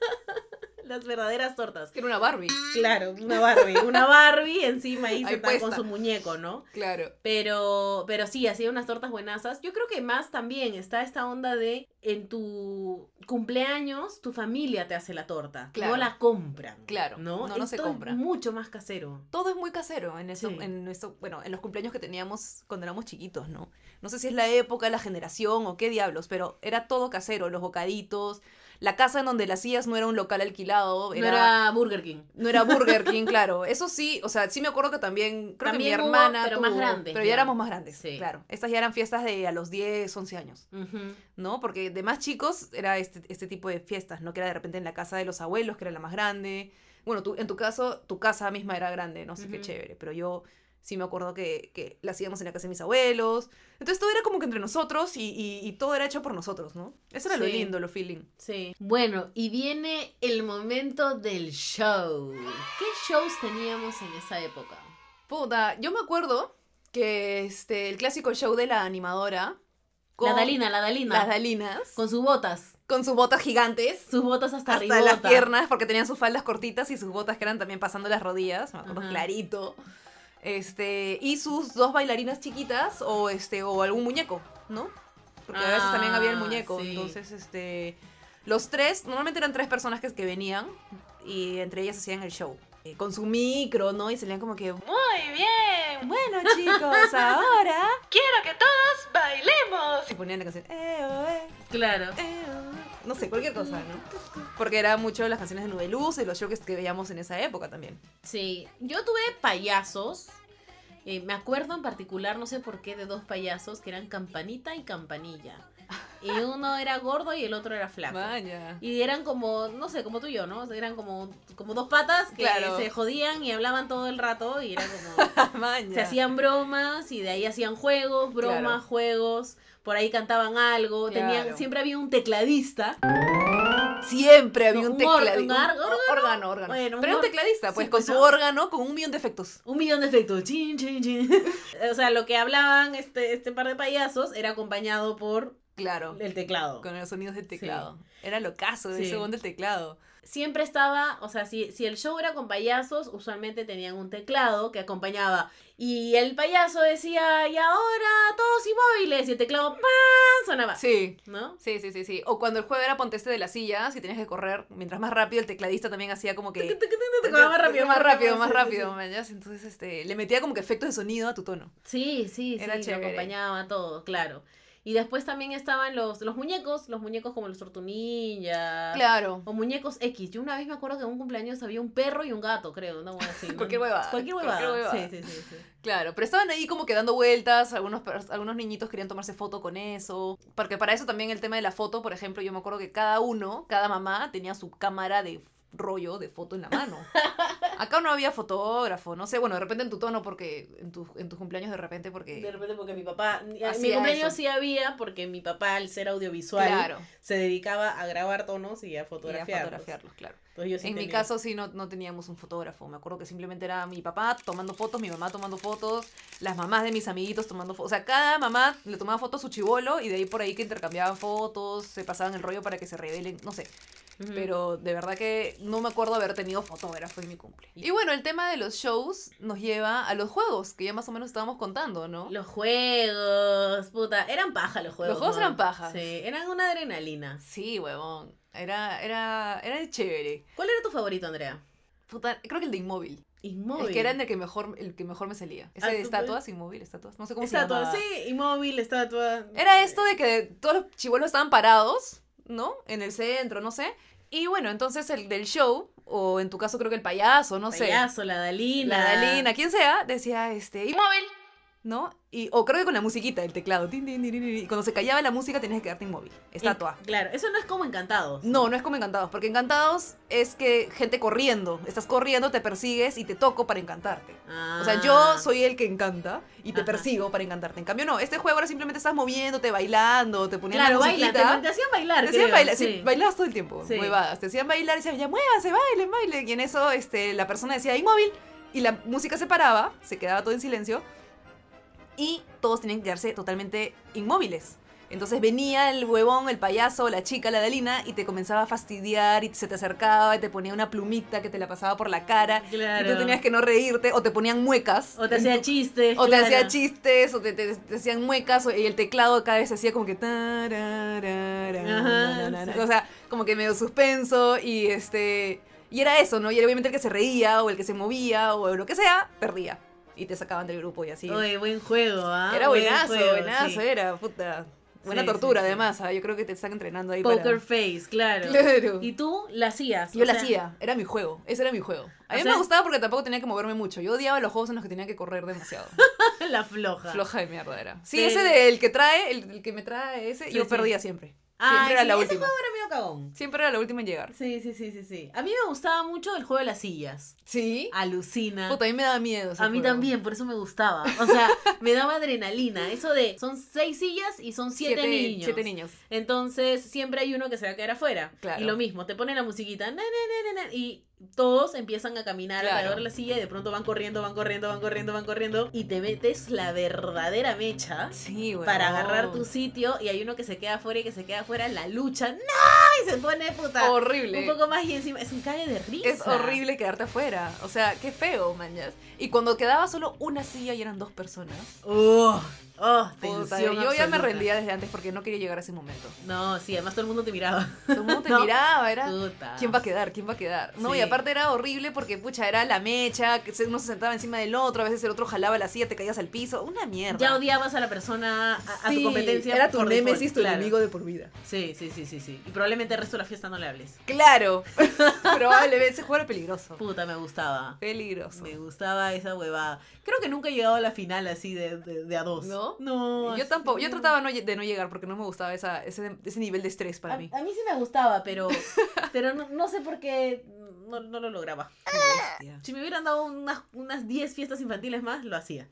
Las verdaderas tortas.
Era una Barbie.
Claro, una Barbie. Una Barbie encima
Ahí
ahí sentada con
puesta.
su muñeco, ¿no?
Claro.
Pero, pero sí, hacía unas tortas buenasas. Yo creo que más también está esta onda de en tu cumpleaños, tu familia te hace la torta.
Claro.
No la compran.
Claro,
¿no?
no, no se
Esto es
compra.
mucho más casero.
Todo es muy casero en eso,
Sí.
en eso, bueno, en los cumpleaños que teníamos cuando éramos chiquitos, ¿no? No sé si es la época, la generación o qué diablos, pero era todo casero, los bocaditos, la casa en donde la hacías no era un local alquilado,
No era Burger King.
No era Burger King, claro. Eso sí, o sea, sí me acuerdo que también, creo
También
que
hubo,
mi hermana.
pero
tuvo-
más grandes,
Pero ya,
ya.
éramos más grandes,
Sí.
claro. Estas ya eran fiestas de a los 10, 11 años,
Ujú.
¿no? Porque de más chicos era este, este tipo de fiestas, ¿no? Que era de repente en la casa de los abuelos, que era la más grande. Bueno, tú, en tu caso, tu casa misma era grande, no sé qué
Ujú.
chévere, pero yo sí me acuerdo que, que la hacíamos en la casa de mis abuelos. Entonces todo era como que entre nosotros y, y- y todo era hecho por nosotros, ¿no? Eso era lo
Sí.
lindo, lo feeling.
Sí. Bueno, y viene el momento del show. ¿Qué shows teníamos en esa época?
Puta, yo me acuerdo que este, el clásico show de la animadora.
La Dalina, la Dalina.
Las Dalinas. Con,
Con sus botas.
sus botas gigantes.
Sus botas
Hasta
hasta, arriba.
las piernas, porque tenían sus faldas cortitas y sus botas que eran también pasando las rodillas. Me acuerdo
Ajá.
clarito. Este, y sus dos bailarinas chiquitas o, este, o algún muñeco, ¿no? Porque a veces también había el
Ah,
muñeco.
sí.
Entonces, este, los tres, normalmente eran tres personas que, que venían y entre ellas hacían el show. Eh, Con su micro, ¿no? Y salían como que,
Muy bien.
Bueno, chicos, ahora.
Quiero que todos bailemos.
Se ponían la canción. "Eh, oh, eh,
Claro.
eh, no sé, cualquier cosa, ¿no? Porque era mucho las canciones de Nube Luz y los shows que veíamos en esa época también.
Sí, yo tuve payasos. eh, me acuerdo en particular, no sé por qué, de dos payasos que eran Campanita y Campanilla. Y uno era gordo y el otro era flaco.
Vaya.
Y eran como, no sé, como tú y yo, ¿no? O sea, Eran como, como dos patas que
Claro.
se jodían y hablaban todo el rato y era como...
Maña.
se hacían bromas y de ahí hacían juegos, bromas,
Claro.
juegos. Por ahí cantaban algo. Tenían,
Claro.
siempre había un tecladista.
Siempre había
No,
un
un or-
tecladista.
un ar-
órgano, órgano.
Bueno, un
Pero era un
or-
tecladista, pues,
sí,
con
pues,
su
¿no?
órgano, con un millón de efectos.
Un millón de efectos. Chin, chin, chin. o sea, lo que hablaban este, este par de payasos era acompañado por
Claro.
el teclado.
Con los sonidos del teclado. Era lo caso de
Sí.
ese bond del teclado.
Siempre estaba, o sea, si, si el show era con payasos, usualmente tenían un teclado que acompañaba. Y el payaso decía, y ahora todos inmóviles. Y el teclado, ¡pam! sonaba.
Sí.
¿No?
Sí, sí, sí, sí. O cuando el juego era Ponteste de las sillas y tenías que correr, mientras más rápido el tecladista también hacía como que...
Tocaba más rápido,
más rápido, más
sí, sí,
rápido, mañas. Entonces, este, le metía como que efectos de sonido a tu tono.
Sí, sí,
Era
sí,
chévere.
lo acompañaba todo, claro. Y después también estaban los, los muñecos, los muñecos como los tortunillas.
Claro.
O muñecos X. Yo una vez me acuerdo que en un cumpleaños había un perro y un gato, creo, una huevada así, ¿no?
Cualquier huevada,
Cualquier huevada.
cualquier huevada.
Sí, sí, sí, sí.
Claro, pero estaban ahí como que dando vueltas, algunos, pers- algunos niñitos querían tomarse foto con eso, porque para eso también el tema de la foto, por ejemplo, yo me acuerdo que cada uno, cada mamá tenía su cámara de rollo de foto en la mano. Acá no había fotógrafo, no sé, bueno, de repente en tu tono, porque en, tu- en tus cumpleaños de repente, porque...
De repente porque mi papá, en mi
Eh. Hacía
cumpleaños
eso.
sí había porque mi papá al ser audiovisual
claro,
se dedicaba a grabar tonos y a
ir a
fotografiar.
fotografiarlos, claro.
Entonces yo sí
en mi
tenía.
caso sí no, no teníamos un fotógrafo, me acuerdo que simplemente era mi papá tomando fotos, mi mamá tomando fotos, las mamás de mis amiguitos tomando fotos, o sea, cada mamá le tomaba fotos a su chivolo y de ahí por ahí que intercambiaban fotos, se pasaban el rollo para que se revelen, no sé,
Ujú.
pero de verdad que no me acuerdo haber tenido fotógrafo en mi cumple. Y bueno, el tema de los shows nos lleva a los juegos, que ya más o menos estábamos contando, ¿no?
Los juegos, puta, eran paja los juegos.
juegos
man.
eran paja.
Sí, eran una adrenalina.
Sí, huevón, era, era, era chévere.
¿Cuál era tu favorito, Andrea?
Puta, creo que el de inmóvil.
Inmóvil.
El que era en el que mejor, el que mejor me salía. Ese
Ah,
de
tú
estatuas, inmóvil, estatuas. No sé cómo
Estatua,
se llamaba.
sí, inmóvil, estatua.
Era esto de que todos los chivolos estaban parados, ¿no? En el centro, no sé. Y bueno, entonces el del show, o en tu caso creo que el payaso, no
Payaso, la
sé.
Dalina.
La Dalina, quien sea, decía este. "Y-",
Inmóvil.
¿No? Y, o creo que con la musiquita, el teclado. tin, tin, tin, tin, tin. Y cuando se callaba la música tenías que quedarte inmóvil. Estatua.
Y- claro, eso no es como encantados.
No, no es como encantados, porque encantados es que gente corriendo. Estás corriendo, te persigues y te toco para encantarte.
Ah.
O sea, yo soy el que encanta y te
Ajá.
persigo para encantarte. En cambio, no, este juego ahora simplemente estás moviéndote, bailando, te ponían la
Claro, baila,
musiquita.
te, te hacían bailar.
te hacían
creo,
bailar,
sí.
sí, bailabas todo el tiempo,
Sí.
huevadas. Te hacían bailar y decían, ya muévanse, bailen, bailen. Y en eso este, la persona decía, inmóvil. Y la música se paraba, se quedaba todo en silencio. Y todos tenían que quedarse totalmente inmóviles. Entonces venía el huevón, el payaso, la chica, la Dalina, y te comenzaba a fastidiar, y se te acercaba, y te ponía una plumita que te la pasaba por la cara.
Claro.
Y tú tenías que no reírte, o te ponían muecas.
O te
en
hacía
tu-
chistes.
o te
claro.
hacía chistes, o te, te- te hacían muecas, o- y el teclado cada vez hacía como que. tararara,
Ajá,
nanana.
sí.
O sea, como que medio suspenso, y este. Y era eso, ¿no? Y era obviamente el que se reía, o el que se movía, o lo que sea, perdía. Y te sacaban del grupo y así.
Oye, buen juego, ¿ah?
era
Buen
buenazo,
juego,
buenazo,
sí.
era, puta. Buena
Sí,
tortura,
sí, sí.
además, ¿ah? yo creo que te están entrenando ahí
Poker
para.
face, claro.
Claro.
Y tú la hacías.
Yo
o
la
sea,
hacía, era mi juego, ese era mi juego. A
O
mí
sea-
me gustaba porque tampoco tenía que moverme mucho. Yo odiaba los juegos en los que tenía que correr demasiado.
La floja.
Floja de mierda era. Sí,
Pero-
ese del que trae, el, el que me trae ese,
Sí,
yo
sí.
perdía siempre.
Ah,
Siempre era la
ese
última.
juego era medio cagón.
Siempre era la última en llegar.
Sí, sí, sí, sí, sí. A mí me gustaba mucho el juego de las sillas.
Sí.
Alucina.
Ah, Puta, a mí me daba miedo. ese
a mí
juego.
también, por eso me gustaba. O sea, me daba adrenalina. Eso de, son seis sillas y son siete, niños.
Siete niños.
Entonces, siempre hay uno que se va a quedar afuera.
Claro.
Y lo mismo, te ponen la musiquita, na, na, na, na, na, y todos empiezan a caminar
Claro.
alrededor de la silla y de pronto van corriendo, van corriendo, van corriendo, van corriendo. Y te metes la verdadera mecha
Sí, güey.
para agarrar tu sitio. Y hay uno que se queda afuera y que se queda afuera en la lucha. ¡No! Y se pone puta.
Horrible.
Un poco más y encima es un calle de risa.
Es horrible quedarte afuera. O sea, qué feo, mañas. Y cuando quedaba solo una silla y eran dos personas.
Ugh, Oh,
Puta,
tensión
yo ya me
absoluta.
rendía desde antes porque no quería llegar a ese momento.
No, sí, además todo el mundo te miraba.
Todo el mundo te
No.
miraba, era.
Puta.
¿Quién va a quedar? ¿Quién va a quedar? No, y
Sí.
aparte era horrible porque, pucha, era la mecha, que se- uno se sentaba encima del otro, a veces el otro jalaba la silla, te caías al piso, una mierda.
Ya odiabas a la persona, a, a tu
Sí,
competencia.
Era tu
por default,
némesis, tu
claro.
enemigo de por vida.
Sí, sí, sí, sí, sí. Y probablemente el resto de la fiesta no le hables.
Claro, probablemente ese juego era peligroso.
Puta, me gustaba.
Peligroso.
Me gustaba esa huevada. Creo que nunca he llegado a la final así de, de, de a dos.
¿No?
No.
Yo
así
tampoco, yo
no.
trataba no lle- de no llegar porque no me gustaba esa, ese, ese nivel de estrés para
a,
mí.
a mí sí me gustaba, pero, pero no, no sé por qué no, no lo lograba.
Bestia.
Si me hubieran dado unas unas 10 fiestas infantiles más, lo hacía.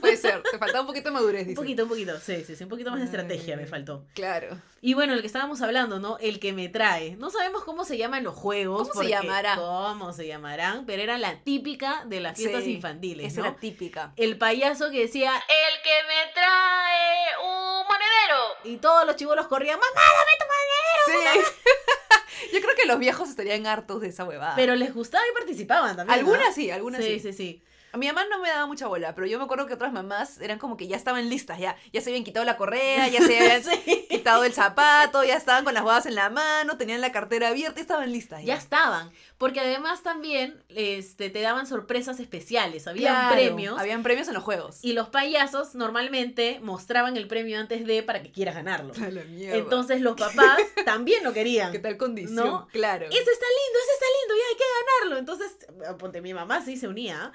Puede ser, te faltaba un poquito de madurez,
Un
dice.
poquito, un poquito. Sí, sí, sí. Un poquito más de
Ay.
estrategia
Mm.
me faltó.
Claro.
Y bueno, el que estábamos hablando, ¿no? El que me trae. No sabemos cómo se llaman los juegos.
¿Cómo se
porque-
llamará?
¿Cómo se llamarán? Pero era la típica de las fiestas
Sí,
infantiles,
Esa
¿no?
era típica.
El payaso que decía,
El que me trae un monedero.
"Eh", y todos los chivolos corrían, mamá,
Sí. Yo creo que los viejos estarían hartos de esa huevada.
pero les gustaba y participaban también. ¿no?
Ah. algunas sí, algunas sí.
sí, sí, sí.
A mi mamá no me daba mucha bola, pero yo me acuerdo que otras mamás eran como que ya estaban listas, ya, ya se habían quitado la correa, ya se habían quitado el zapato, ya estaban con las bodas en la mano, tenían la cartera abierta y estaban listas. Ya,
Ya estaban. Porque además también este, te daban sorpresas especiales. Había
Claro,
premios.
Habían premios en los juegos.
Y los payasos normalmente mostraban el premio antes de para que quieras ganarlo.
A la mierda.
Entonces los papás también lo querían.
¿qué tal condición?
¿No?
Claro.
Ese está lindo, ese está lindo, ya hay que ganarlo. Entonces, eh, ponte, mi mamá sí se unía.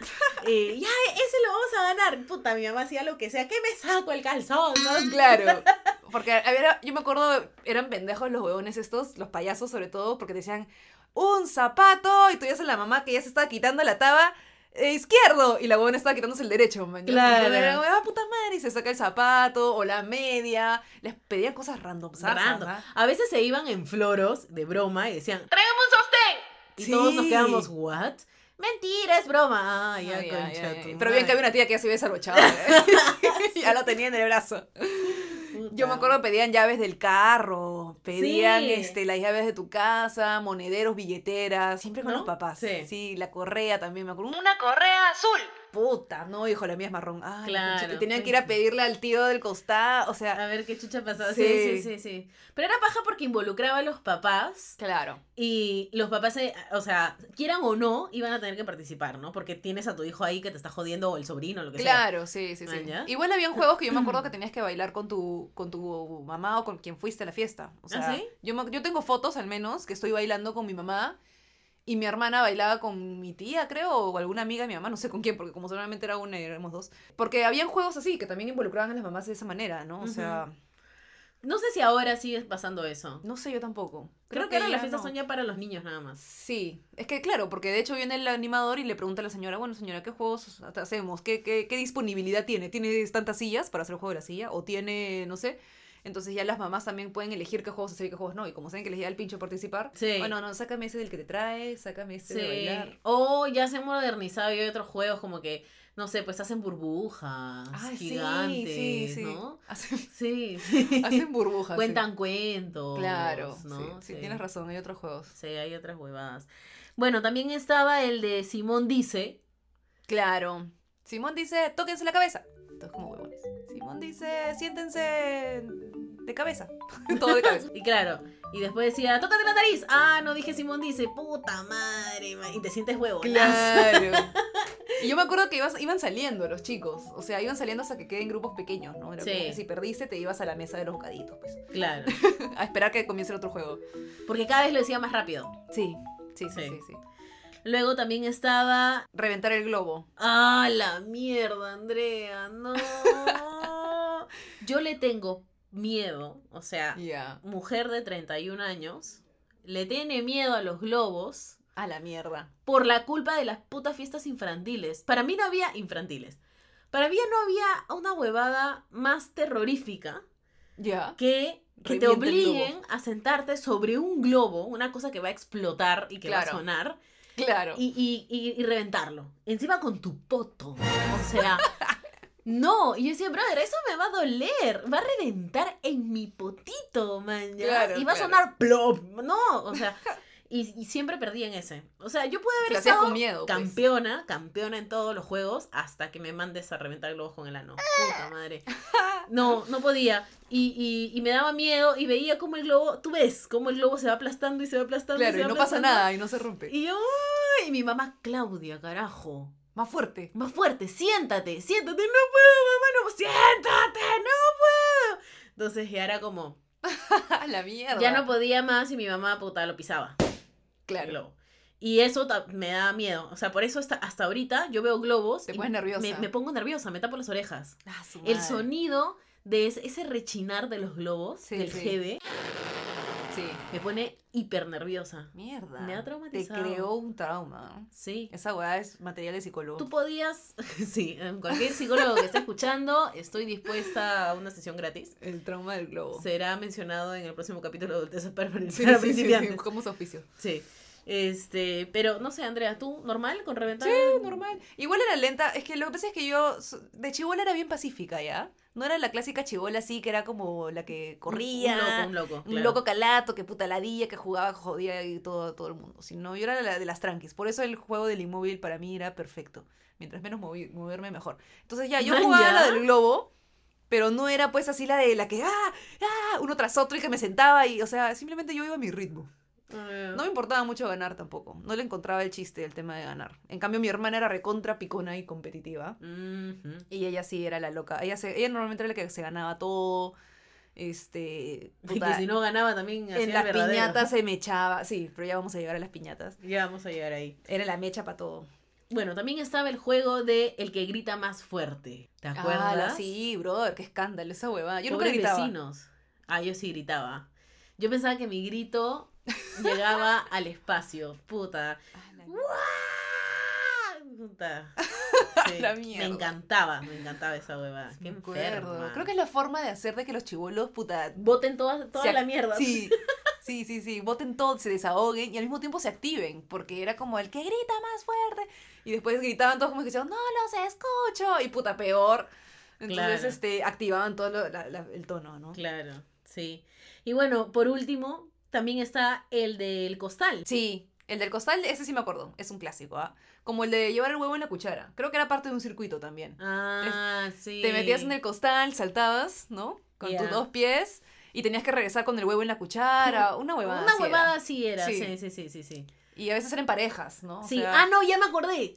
eh, ya, ese lo vamos a ganar. Puta, mi mamá hacía lo que sea. ¿Qué me saco el calzón? no?
Claro. Porque a ver, yo me acuerdo, eran pendejos los huevones estos, los payasos sobre todo, porque te decían un zapato y tú ya la mamá que ya se estaba quitando la taba eh, izquierdo y la huevona estaba quitándose el derecho. man.
Claro.
Entonces era, ah, puta madre, y se saca el zapato o la media. Les pedían cosas random. zarzas,
Random.
¿ah?
A veces se iban en floros de broma y decían,
Tráigame un sostén.
y
Sí.
todos nos quedamos, ¿what? Mentira, es broma. Ah, ya,
Ay, ay,
concha
ay, ay.
tu
Pero bien que había
madre.
una tía que ya se había desabrochado. ¿eh? ya lo tenía en el brazo. Yo me
Puta.
acuerdo pedían llaves del carro, pedían
Sí.
este, las llaves de tu casa, monederos, billeteras, siempre con
¿No?
los papás.
Sí.
la correa también, me acuerdo. Una
Una correa azul.
puta, no, hijo, la mía es marrón. Ay, la
Claro, Ah,
conchita, y tenían que ir a
puta.
pedirle al tío del costado, o sea,
A ver qué chucha pasaba.
Sí.
Sí, sí, sí, sí. Pero era paja porque involucraba a los papás
claro.
y los papás, se- o sea, quieran o no, iban a tener que participar, ¿no? Porque tienes a tu hijo ahí que te está jodiendo o el sobrino, lo que sea.
Claro, sí, sí, sí.
Ah, ¿ya?
Igual habían juegos que yo me acuerdo que tenías que bailar con tu, con tu mamá o con quien fuiste a la fiesta. O sea,
¿Ah, sí?
yo, me- yo tengo fotos al menos que estoy bailando con mi mamá y mi hermana bailaba con mi tía, creo, o alguna amiga de mi mamá, no sé con quién, porque como solamente era una y éramos dos. Porque habían juegos así que también involucraban a las mamás de esa manera, ¿no? O sea,
No sé si ahora sigue pasando eso.
no sé yo tampoco.
Creo, que, ahora
ya
las fiestas
no.
son ya para los niños nada más.
Sí, es que claro, porque de hecho viene el animador y le pregunta a la señora, bueno señora, ¿qué juegos hacemos? ¿Qué, qué, qué disponibilidad tiene? ¿Tiene tantas sillas para hacer el juego de la silla? ¿O tiene, no sé? Entonces ya las mamás también pueden elegir qué juegos hacer y qué juegos no. Y como saben que les llega el pincho participar,
Sí.
bueno, no, sácame ese del que te trae, sácame ese de bailar.
O ya se han modernizado y hay otros juegos como que, no sé, pues hacen burbujas
Ay, sí,
Ah, gigantes,
sí, sí.
¿no?
Hacen,
Sí, sí.
hacen burbujas. sí.
Cuentan cuentos.
Claro,
¿no?
sí, sí, tienes razón, hay otros juegos.
Sí, hay otras huevadas. Bueno, también estaba el de Simón Dice.
Claro. Simón dice, tóquense la cabeza. Todos como huevones. Simón dice, siéntense de cabeza. Todo de cabeza.
Y claro, y después decía, tócate la nariz. Ah, no dije Simón Dice, puta madre. ma- Y te sientes huevo.
Claro. Y yo me acuerdo que ibas- iban saliendo los chicos. O sea, iban saliendo hasta que queden grupos pequeños, ¿no? Era
Sí.
como que si perdiste, te ibas a la mesa de los bocaditos, pues.
Claro.
A esperar que comience el otro juego.
Porque cada vez lo decía más rápido.
Sí. Sí, sí, sí,
Sí.
sí.
Luego también estaba.
Reventar el globo.
¡Ah, la mierda, Andrea! ¡No! Yo le tengo miedo. O sea,
Ya.
mujer de 31 años le tiene miedo a los globos.
A la mierda.
por la culpa de las putas fiestas infantiles. Para mí no había infantiles. Para mí no había una huevada más terrorífica
Ya.
que, que
Revienta
te
el
obliguen a sentarte sobre un globo, una cosa que va a explotar y que va a
Claro.
sonar,
Claro.
y, y- y- y reventarlo. Encima con tu poto. O sea, no. Y yo decía, brother, eso me va a doler. Va a reventar en mi potito, man. ya".
Claro,
y va
claro.
a sonar plop. No, o sea. Y, y siempre perdí en ese. O sea, yo pude haber
Lo hacías
estado
con miedo. pues.
campeona, campeona en todos los juegos, hasta que me mandes a reventar globos con el ano. Puta madre. No, no podía. Y, y, y me daba miedo y veía cómo el globo, tú ves, cómo el globo se va aplastando y se va aplastando.
Claro,
se
y
va
no pasa
aplastando.
nada y no se rompe.
Y yo, ay, mi mamá Claudia, carajo.
Más fuerte.
Más fuerte, siéntate, siéntate, no puedo, mamá, no, siéntate, no puedo. Entonces ya era como,
la mierda.
ya no podía más y mi mamá puta lo pisaba.
Claro.
globo. Y eso ta- me da miedo. O sea, por eso hasta, hasta ahorita yo veo globos.
Te
y
pones nerviosa.
Me, me pongo nerviosa, me tapo las orejas.
Ah, su
El
madre.
sonido de ese, ese rechinar de los globos,
Sí,
del
sí.
GB,
Sí.
me pone hiper nerviosa.
Mierda.
Me ha
Te
traumatizado.
creó un trauma.
Sí.
Esa weá es material de psicólogo.
Tú podías, sí, en cualquier psicólogo que esté escuchando, estoy dispuesta a una sesión gratis.
El trauma del globo.
Será mencionado en el próximo capítulo de Adultez Para
Sí, sí, sí, sí,
principiantes.
como auspicio.
Sí. Este, pero no sé, Andrea, ¿tú normal con reventar?
Sí, normal. Igual era lenta, es que lo que pasa es que yo so- de chivola era bien pacífica, ¿ya? No era la clásica chivola así, que era como la que corría,
Un loco, un loco.
un
claro.
loco calato, que puta ladilla, que jugaba, jodía y todo, todo el mundo. Sino yo era la de las tranquis. Por eso el juego del inmóvil para mí era perfecto. Mientras menos movi- moverme, mejor. Entonces ya, yo
Man,
jugaba
ya.
la del globo, pero no era pues así la de la que, ah, ah, uno tras otro y que me sentaba y, o sea, simplemente yo iba a mi ritmo.
Ah,
No me importaba mucho ganar tampoco. No le encontraba el chiste el tema de ganar. En cambio, mi hermana era recontra picona y competitiva.
ujú.
Y ella sí era la loca. Ella, se- ella normalmente era la que se ganaba todo. Este.
Y
puta,
que si no ganaba también hacía
en
el
las
verdadero.
piñatas se mechaba. Sí, pero ya vamos a llegar a las piñatas.
Ya vamos a llegar ahí.
Era la mecha para todo.
Bueno, también estaba el juego de el que grita más fuerte. ¿Te acuerdas?
Ah, sí, brother, qué escándalo esa huevada. Yo nunca
Pobres
gritaba.
vecinos. Ah, yo sí gritaba. Yo pensaba que mi grito llegaba al espacio. Puta.
Ah, la-
¡Guau! Puta. Sí,
La
me
mierda.
encantaba, me encantaba esa huevada.
Me
Qué
acuerdo.
enferma.
Creo que es la forma de hacer de que los chivolos, puta,
Voten toda, toda
Se ac-
la mierda.
Sí, sí, sí, sí. Voten todos, se desahoguen y al mismo tiempo se activen, porque era como el que grita más fuerte. Y después gritaban todos como que decían, no los escucho. Y puta, peor. Entonces,
Claro.
este, activaban todo lo- la- la- el tono, ¿no?
Claro, sí. Y bueno, por último, también está el del costal.
Sí, el del costal, ese sí me acuerdo. Es un clásico, ¿ah? Como el de llevar el huevo en la cuchara. Creo que era parte de un circuito también.
Ah, sí.
Te metías en el costal, saltabas, ¿no? Con
Ya.
tus dos pies y tenías que regresar con el huevo en la cuchara. Una huevada.
Una
así era.
huevada sí era,
Sí.
sí, sí, sí, sí, sí.
Y a veces eran parejas, ¿no? O
Sí,
sea-
ah, no, ya me acordé.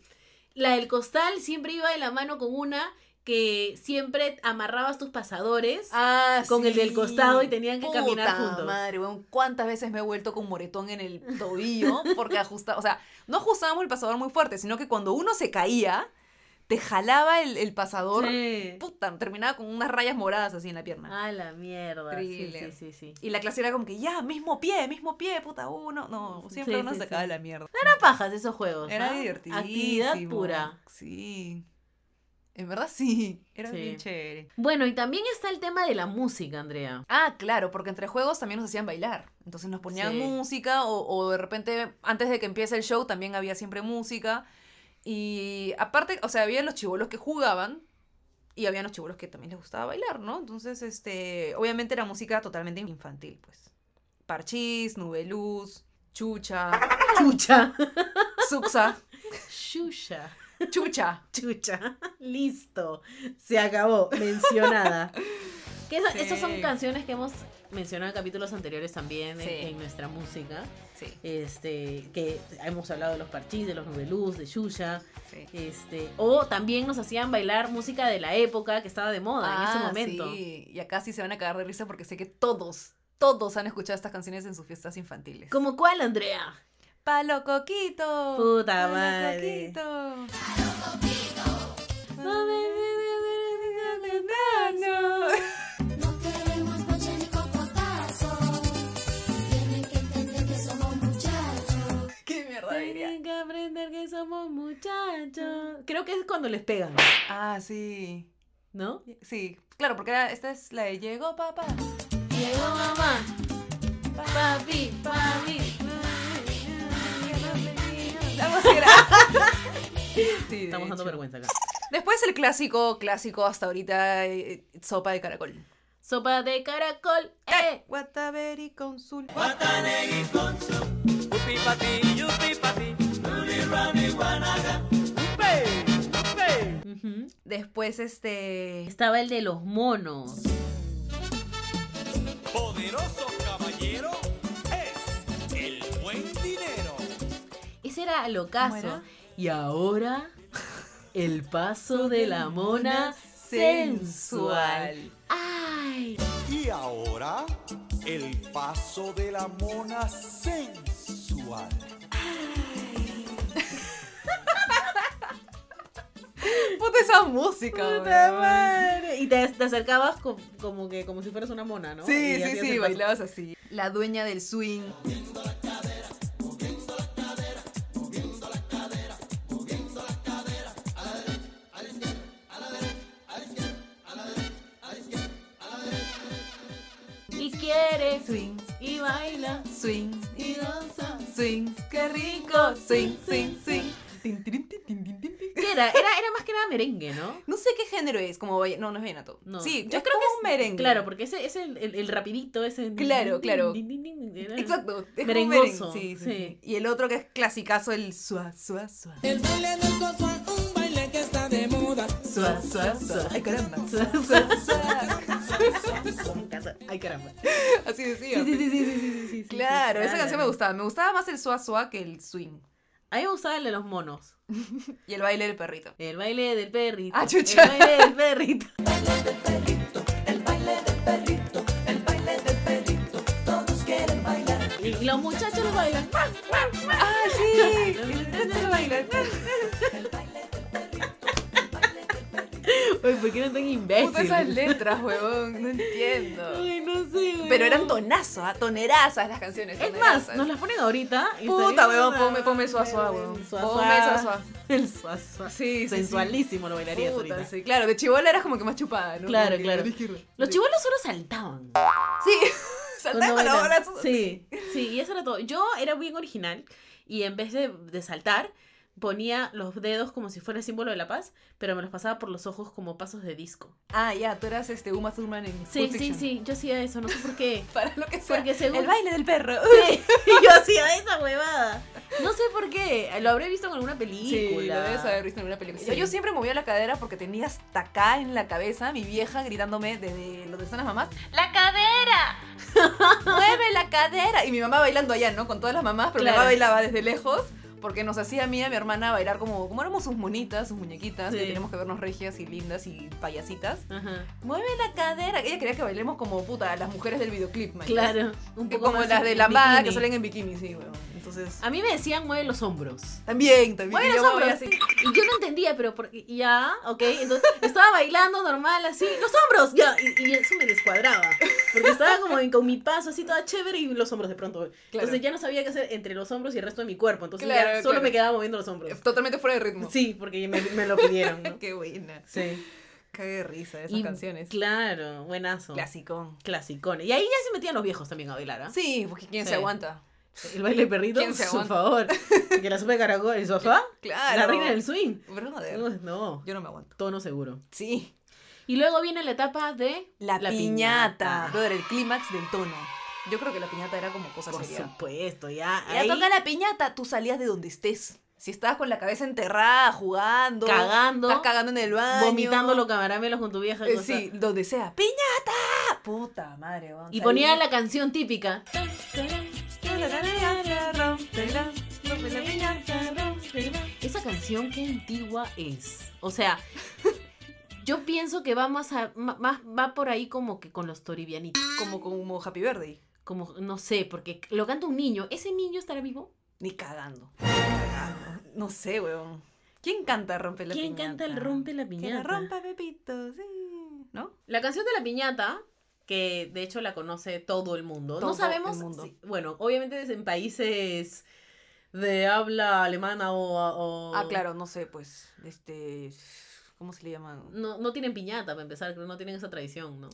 La del costal siempre iba de la mano con una que siempre amarrabas tus pasadores.
Ah,
con el del costado y
sí.
tenían que
Puta
caminar juntos.
Madre, weón, cuántas veces me he vuelto con moretón en el tobillo porque ajustaba, o sea, no ajustábamos el pasador muy fuerte, sino que cuando uno se caía, te jalaba el, el pasador,
Sí.
puta, terminaba con unas rayas moradas así en la pierna.
Ah, la mierda. Sí, sí,
Thriller.
sí, sí.
Y la clase era como que ya, mismo pie, mismo pie, puta uno. No, siempre
Sí,
uno
sí,
se acaba
sí.
la mierda.
Era pajas esos juegos.
Era
¿ah?
divertidísimo.
Actividad pura.
Sí. En verdad sí, era
Sí.
bien chévere.
Bueno, y también está el tema de la música, Andrea.
Ah, claro, porque entre juegos también nos hacían bailar. Entonces nos ponían
Sí.
música o, o de repente antes de que empiece el show también había siempre música. Y aparte, o sea, había los chivolos que jugaban y había los chivolos que también les gustaba bailar, ¿no? Entonces, este, obviamente era música totalmente infantil, pues. Parchís, Nubeluz, Chucha,
Chucha.
Zuxa,
Chucha.
Chucha.
Chucha. Listo. Se acabó. Mencionada. que esa-
Sí.
Esas son canciones que hemos mencionado en capítulos anteriores también en-
Sí.
en nuestra música.
Sí,
este, que hemos hablado de los parchís, de los nubeluz, de Yuya,
sí.
este, o también nos hacían bailar música de la época que estaba de moda
Ah,
en ese momento.
sí. Y acá sí se van a cagar de risa porque sé que todos, todos han escuchado estas canciones en sus fiestas infantiles.
¿Como cuál, Andrea?
Palo Coquito.
Puta
Palo
madre.
Coquito.
No queremos noche ni cocotazo. Tienen que entender que somos muchachos.
¿Qué mierda diría? Mm.
Tienen que aprender que somos muchachos. Creo que es cuando les pegan,
Ah, sí.
¿no?
Sí, claro, porque era- esta es la de Llegó papá.
Llegó mamá, papi, papi.
Algo así era. Sí, de
Estamos dando
hecho.
vergüenza acá.
Después el clásico, clásico hasta ahorita, eh, eh, sopa de caracol.
Sopa de caracol, eh.
Guataveri con sul.
Whoopie patty, yuppie patty. Rooney, Ronnie, Wanaga. Whoopee, whoopee.
¡Eh!
Ujú.
Después, este.
Estaba el de los monos.
Poderoso caballero es el buen dinero.
Ese era el
¿cómo
ocaso.
era?
Y ahora, el paso de la mona sensual. ¡Ay!
Y ahora, el paso de la mona sensual.
Puta esa música,
Puta
weón.
madre. Y te, te acercabas co- como que como si fueras una mona, ¿no? Y
Sí, sí,
hacías el
sí,
paso.
bailabas así. La dueña del swing.
Y quieres
Swing,
y baila
swing,
y danza.
swing. Qué rico. Swing, swing, swing. Tin, tirin, tin, tin, tin, tin, tin.
¿Qué era? era? Era más que nada merengue, ¿no?
No sé qué género es, como vaya... No, no es vallenato.
No.
Sí,
Yo
yo creo que es un merengue.
Claro, porque ese es el, el, el rapidito, ese.
Claro, claro.
Era-
Exacto. Es como un
Merengoso,
merengue. Sí, sí, sí.
sí.
Y el otro que es clasicazo, el sua, sua, sua.
El baile del cosua, un baile que está de moda.
Sua, sua, sua. Ay, caramba.
Sua,
Sua, sua.
Ay, caramba.
Así decía.
Sí, sí, sí, sí, sí, sí, sí, sí, sí.
Claro, esa canción me
Claro.
gustaba. Me gustaba más el sua, sua que el swing.
A mí me gustaba el de los monos.
Y el baile del perrito.
El baile del perrito.
Ah, chucha.
El baile del perrito. Y los muchachos lo bailan.
¡Ah, sí! Este lo baila.
Uy, ¿por qué no tan
Puta esas
imbécil?
letras, huevón. No entiendo.
Ay, no sé, güey.
Pero eran tonazos, ah, tonerazas las canciones.
Es más,
tonerazas.
nos las ponen ahorita. y
Puta,
estaría
huevón,
una-
ponme, ponme el sua, sua, huevón.
El sua,
Ponme el sua,
sua.
sua.
El sua, sua.
Sí, sí,
Sensualísimo lo
sí.
bailarías
Puta,
ahorita.
sí, claro, de chivola eras como que más chupada, ¿no?
Claro,
Como que
claro.
de izquierda.
Los chivolos solo saltaban.
Sí, saltaban con
Cuando
los
bailan.
brazos.
Sí, sí, y eso era todo. Yo era bien original y en vez de, de saltar, ponía los dedos como si fuera el símbolo de la paz, pero me los pasaba por los ojos como pasos de disco.
Ah, ya, tú eras este Uma Thurman en
Sí,
Pulp
sí,
Fiction.
sí, yo hacía eso, no sé por qué.
Para lo que sea.
Porque según-
El baile del perro.
Sí, yo hacía esa huevada. No sé por qué, lo habré visto en alguna película.
Sí, lo debes haber visto en una película.
Sí.
Yo siempre movía la cadera porque tenía hasta acá en la cabeza mi vieja gritándome desde donde están las mamás, ¡La cadera! ¡Mueve la cadera! Y mi mamá bailando allá, ¿no? Con todas las mamás, pero mi
Claro.
mamá bailaba desde lejos porque nos hacía a mí y a mi hermana bailar como, como éramos sus monitas, sus muñequitas, que
Sí.
teníamos que vernos regias y lindas y payasitas.
Ajá.
¡Mueve la cadera! Ella quería que bailemos como, puta, las mujeres del videoclip, man.
Claro, un
Que
poco
como
más
las de
en
la amada
bikini.
que salen en bikini, sí, weón. Entonces...
A mí me decían mueve los hombros.
También, también.
Mueve
y yo
los
me
hombros.
voy así.
Y yo no entendía, pero porque ya, ok, entonces estaba bailando normal así, los hombros, ya, y, y eso me descuadraba, porque estaba como en- con mi paso así toda chévere y los hombros de pronto. Entonces ya no sabía qué hacer entre los hombros y el resto de mi cuerpo, entonces ya
Claro,
solo
claro.
me quedaba moviendo los hombros.
Totalmente fuera de ritmo.
Sí, porque me, me lo pidieron, ¿no?
Qué buena.
Sí.
Cague de risa esas
Y-
canciones.
Claro, buenazo.
Clásico.
Clasicón. Y ahí ya se metían los viejos también a bailar, ¿ah?
Sí, porque ¿quién
Sí.
se aguanta?
El baile de perrito,
¿Quién se
por
aguanta?
favor. Que la sopa de caracol, el sofá,
Claro.
la reina del swing.
Brother,
Uy, no,
yo no me aguanto.
tono seguro.
Sí.
Y luego viene la etapa de
La, piñata. Brother, el clímax del tono. Yo creo que la piñata era como cosa
Por
seria.
supuesto, ya.
Ya
ahí
toca la piñata, tú salías de donde estés. Si estabas con la cabeza enterrada, jugando,
cagando,
estás cagando en el baño,
vomitando los camaramelos con tu vieja.
Eh,
cosa.
sí, donde sea. ¡Piñata! Puta madre, weón.
Y
Salí-
ponía la canción típica.
pues,
Esa canción que antigua es. O sea, yo pienso que va más, a- ma- más va por ahí como que con los toribianitos.
Como, como Happy Birthday.
Como, no sé, porque lo canta un niño. ¿Ese niño estará vivo?
Ni cagando. Ni cagando. No sé, weón. ¿Quién canta Rompe la
¿Quién
Piñata?
canta el rompe la
Que la
piñata?
rompa Pepito, sí. ¿No?
La canción de la piñata, que de hecho la conoce todo el mundo.
Todo
no sabemos.
el mundo.
si- bueno, obviamente es en países de habla alemana o. o-
Ah, claro, no sé, pues, este... ¿Cómo se le llama?
No, no tienen piñata para empezar, creo no tienen esa tradición, ¿no?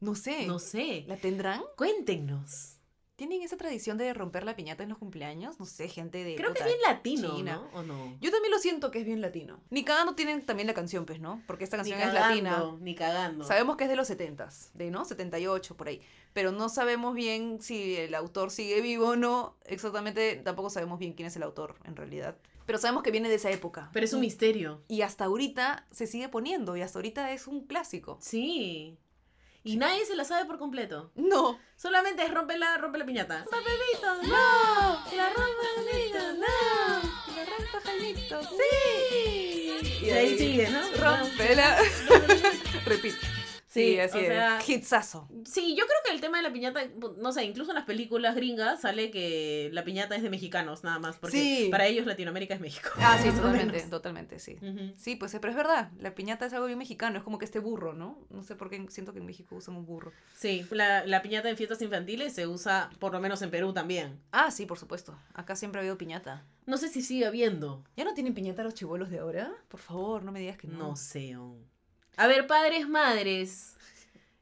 No sé.
No sé.
¿La tendrán?
Cuéntenos.
¿Tienen esa tradición de romper la piñata en los cumpleaños? No sé, gente de.
Creo que
puta,
es bien latino,
China.
¿no? ¿O no?
Yo también lo siento que es bien latino. Ni cagando tienen también la canción, pues, ¿no? Porque esta
Ni
canción es latina.
cagando, ni cagando.
Sabemos que es de los 70s, de no, 78 por ahí, pero no sabemos bien si el autor sigue vivo o no, exactamente, tampoco sabemos bien quién es el autor en realidad, pero sabemos que viene de esa época.
Pero es un misterio.
Y hasta ahorita se sigue poniendo y hasta ahorita es un clásico.
Sí. Y nadie se la sabe por completo.
No,
Solamente es rompe la, rompe la piñata. Papelito, no. La rompe no.
Y
Y de ahí sigue, ¿no?
Rompela. Repite. Sí, así
o
es.
sea,
Hitsazo.
Sí, yo creo que el tema de la piñata, pues, no sé, incluso en las películas gringas sale que la piñata es de mexicanos nada más, porque
Sí.
para ellos Latinoamérica es México.
Ah, sí,
más o
totalmente,
menos.
totalmente, sí.
Ujú.
Sí, pues, pero es verdad, la piñata es algo bien mexicano, es como que este burro, ¿no? No sé por qué siento que en México usan un burro.
Sí, la, la piñata en fiestas infantiles se usa, por lo menos en Perú también.
Ah, sí, por supuesto. Acá siempre ha habido piñata.
No sé si sigue habiendo.
¿Ya no tienen piñata los chivolos de ahora? Por favor, no me digas que no.
No sé. aún. A ver, padres, madres.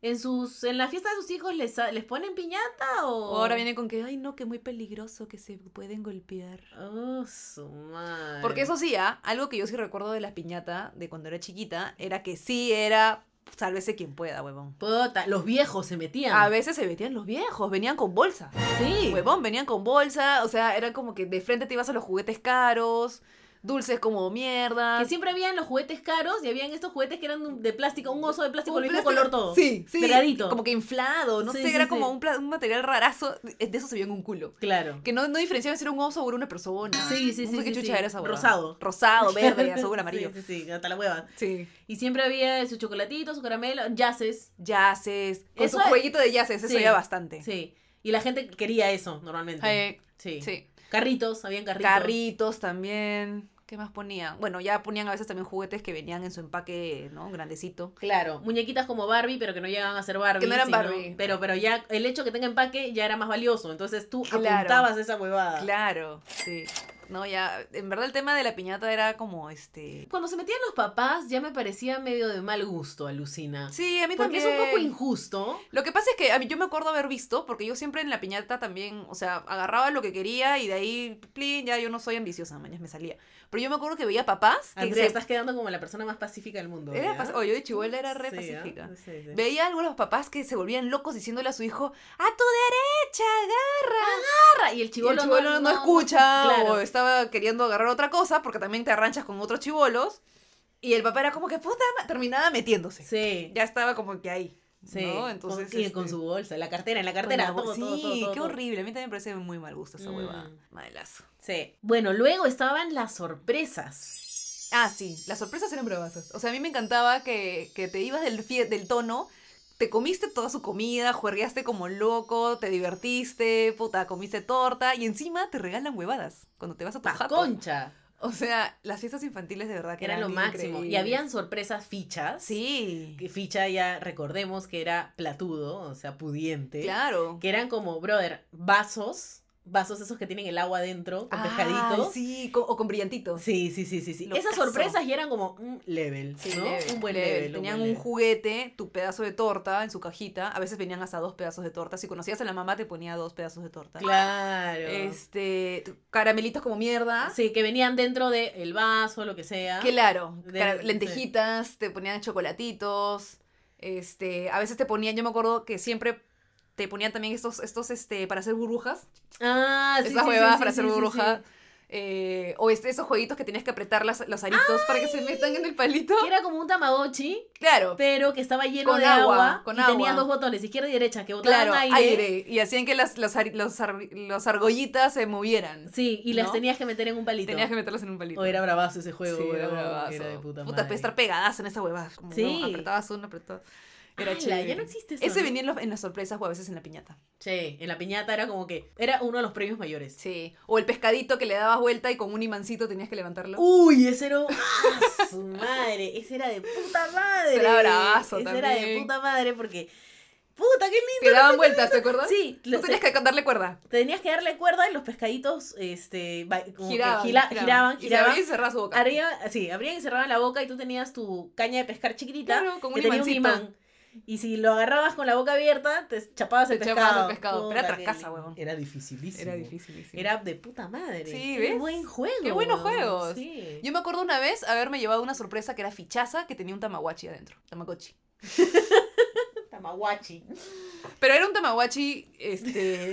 En sus en la fiesta de sus hijos les, les ponen piñata o
O ahora vienen con que, ay, no, que muy peligroso, que se pueden golpear.
Oh, su madre.
Porque eso sí, ¿ah? algo que yo sí recuerdo de la piñata de cuando era chiquita era que sí era sálvese quien pueda, huevón.
Puta, los viejos se metían.
A veces se metían los viejos, venían con bolsa.
sí.
Huevón, venían con bolsa, o sea, era como que de frente te ibas a los juguetes caros, dulces como mierda.
Que siempre habían los juguetes caros y habían estos juguetes que eran de plástico, un oso de plástico,
Un
el mismo
plástico-
color todo.
Sí, sí.
Delgadito.
Como que inflado, no
Sí,
sé,
sí,
era
sí.
como un, pla- un material rarazo, eh, de de eso se vio en un culo.
Claro.
Que no, no diferenciaba si era un oso o era una persona.
Sí, sí,
No
sí,
sé qué
sí,
chucha
sí.
era esa huevada.
Rosado.
Rosado, verde, azul, amarillo.
Sí, sí, sí, hasta la hueva.
sí.
Y siempre había su chocolatito, su caramelo, yaces.
yaces, con
Eso
su
es-
jueguito de yaces, eso
sí,
ya bastante.
Sí. Y la gente quería eso normalmente.
Eh,
Sí.
sí.
Carritos, habían carritos.
Carritos también. ¿Qué más ponían? Bueno, ya ponían a veces también juguetes que venían en su empaque, ¿no? Grandecito.
Claro, muñequitas como Barbie, pero que no llegaban a ser Barbie.
Que no eran
sino-
Barbie.
Pero, pero ya el hecho que tenga empaque ya era más valioso. Entonces tú
Claro.
apuntabas a esa huevada.
Claro, sí. No, ya, en verdad el tema de la piñata era como este...
Cuando se metían los papás ya me parecía medio de mal gusto, alucina.
Sí, a mí
Porque
también.
es un poco injusto.
Lo que pasa es que a mí yo me acuerdo haber visto, porque yo siempre en la piñata también, o sea, agarraba lo que quería y de ahí, plin, ya yo no soy ambiciosa, mañana me salía. Pero yo me acuerdo que veía papás que
Andrea,
se-
estás quedando como la persona más pacífica del mundo.
Era
¿ya?
paci- oh, yo de chivola era re
Sí, ¿ah?
pacífica.
Sí, sí.
Veía a algunos papás que se volvían locos diciéndole a su hijo, a tu derecha, agarra.
Barra, Y el
Y el
chivolo
chivolo no, escucha
claro.
o estaba queriendo agarrar otra cosa porque también te arranchas con otros chivolos. Y el papá era como que puta, ma-", terminaba metiéndose.
Sí,
Ya estaba como que ahí.
sí.
¿no?
Con-
Entonces,
y con
este,
su bolsa, la cartera, en la
con la
cartera.
bo-
todo,
sí,
todo, todo, todo,
qué
todo.
horrible. A mí también me parece muy mal gusto esa
Mm.
huevada. Madelazo.
Sí. Bueno, luego estaban las sorpresas.
Ah, sí, las sorpresas eran bravasas. O sea, a mí me encantaba que, que te ibas del, fie- del tono, te comiste toda su comida, juerreaste como loco, te divertiste, puta, comiste torta y encima te regalan huevadas cuando te vas a tu
Pa'
jato.
concha.
O sea, las fiestas infantiles de verdad que
Era
eran
lo máximo. Y
increíbles.
habían sorpresas fichas.
Sí,
Que ficha ya recordemos que era platudo, o sea, pudiente.
claro.
Que eran como, brother, vasos. Vasos esos que tienen el agua adentro, con
Ah,
pescaditos.
sí, co- o con brillantitos.
Sí, sí, sí, sí, sí.
Locazo.
Esas sorpresas ya eran como un level,
Sí,
¿no?
level,
un buen
level.
level.
Tenían un,
buen level.
juguete, tu pedazo de torta en su cajita. A veces venían hasta dos pedazos de torta. Si conocías a la mamá, te ponía dos pedazos de torta.
Claro.
Este, tu- caramelitos como mierda.
Sí, que venían dentro del el vaso, lo que sea.
Claro,
De-
cara-
sí.
lentejitas, te ponían chocolatitos. Este, a veces te ponían, yo me acuerdo que siempre te ponían también estos, estos, este, para hacer burbujas.
Ah, sí.
esas
sí,
huevadas
sí,
para
sí,
hacer
sí, sí,
burbuja.
sí.
Eh, o este, esos jueguitos que tenías que apretar las, los aritos para que se metan en el palito.
Que era como un tamagotchi,
Claro,
pero que estaba lleno
Con
de
agua,
agua,
con
y tenía
agua.
dos botones, izquierda y derecha, que botaban
claro, aire.
aire.
Y hacían que las, las, ari- los, ar- los argollitas se movieran.
Sí, y las
¿No?
tenías que meter en un palito.
Tenías que meterlas en un palito.
O era bravazo ese juego,
Sí,
huevón,
era
que
bravazo.
era de puta,
Puta,
madre.
puede estar pegadazo en esa huevada. Como,
Sí.
no, apretabas uno, apretabas. Era
Ala,
chévere.
ya no existe eso.
Ese
¿no?
venía en, los- en las sorpresas o a veces en la piñata.
Sí, en la piñata era como que era uno de los premios mayores.
Sí. O el pescadito que le dabas vuelta y con un imancito tenías que levantarlo.
Uy, ese era. ¡Ah, su madre! Ese era de puta madre.
Ese era bravazo
Ese era de
también.
puta madre porque. ¡Puta, qué lindo!
que daban vueltas, ¿te acuerdas?
Sí,
Tú
lo-
tenías que darle cuerda.
tenías que darle cuerda y los pescaditos este, ba- como que
Giraban,
gira- giraban,
Y se
giraban.
abría y cerraba su boca.
Abría- sí, abrían y cerraban la boca y tú tenías tu caña de pescar chiquitita
Claro, con
que
un
tenía un
imancito.
imán. Y si lo agarrabas con la boca abierta, te chapabas el
Te
pescado.
chapabas el pescado, pero era
Puta, qué
trascasa,
lindo.
huevón.
Era dificilísimo.
Era dificilísimo.
Era de puta madre.
Sí,
Qué
¿ves?
buen juego.
Qué buenos
huevón,
juegos.
sí.
Yo me acuerdo una vez haberme llevado una sorpresa que era fichaza que tenía un tamaguachi adentro. Tamagotchi.
Tamagotchi.
Pero era un tamaguachi, este.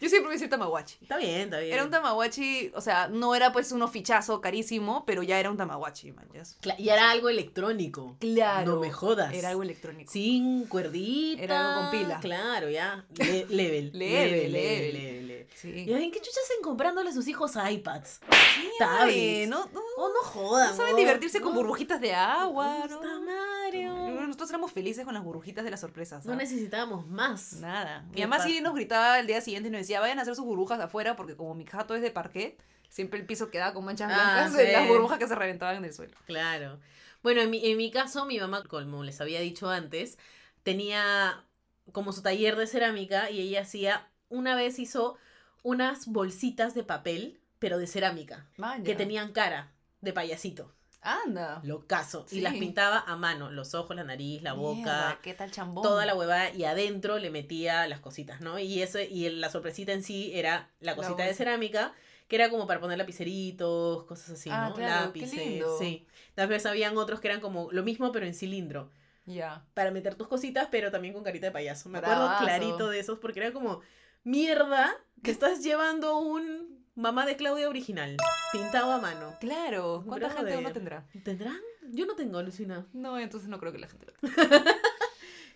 Yo siempre voy a decir tamaguachi.
Está bien, está bien.
Era un tamaguachi, o sea, no era pues uno fichazo carísimo, pero ya era un tamaguachi, man. ya es-
Cla- Y era algo electrónico.
Claro.
No me jodas.
Era algo electrónico.
Sin cuerdita.
Era algo con pila.
Claro, ya. Le- level.
Leve,
level,
leve.
level, level, level.
Sí.
¿Y en qué chuchas hacen comprándole a sus hijos iPads?
Ay,
Tablets.
no, no,
Oh, no jodan.
no saben
huevón.
divertirse con
No.
burbujitas de agua, ¿no?
Puta madre, huevón.
Nosotros éramos felices con las burbujitas de las sorpresas.
No
¿ah?
necesitábamos más.
Nada. Mi
Qué
mamá sí
paja.
nos gritaba al día siguiente y nos decía, vayan a hacer sus burbujas afuera, porque como mi jato es de parquet, siempre el piso quedaba con manchas
Ah,
blancas de
sí.
las burbujas que se reventaban en el suelo.
Claro. Bueno, en mi, en mi caso, mi mamá, como les había dicho antes, tenía como su taller de cerámica y ella hacía, una vez hizo unas bolsitas de papel, pero de cerámica,
Maña.
que tenían cara de payasito,
Anda.
lo caso, y las
Sí.
pintaba a mano, los ojos, la nariz, la boca,
Mierda, ¿Qué tal chambón?
toda la huevada y adentro le metía las cositas, ¿no? Y eso y el- la sorpresita en sí era la cosita de
bolsa.
cerámica, que era como para poner lapiceritos, cosas así,
Ah,
¿no?
claro, qué
Lápices,
lindo.
sí. Después habían otros que eran como lo mismo pero en cilindro,
Ya.
para meter tus cositas, pero también con carita de payaso. Me acuerdo
Bravazo.
clarito de esos porque era como mierda, te estás llevando un mamá de Claudia original, pintado a mano.
Claro. ¿Cuánta gente
Brother.
uno tendrá?
¿Tendrán? Yo no tengo, Lucina.
No, entonces no creo que la gente lo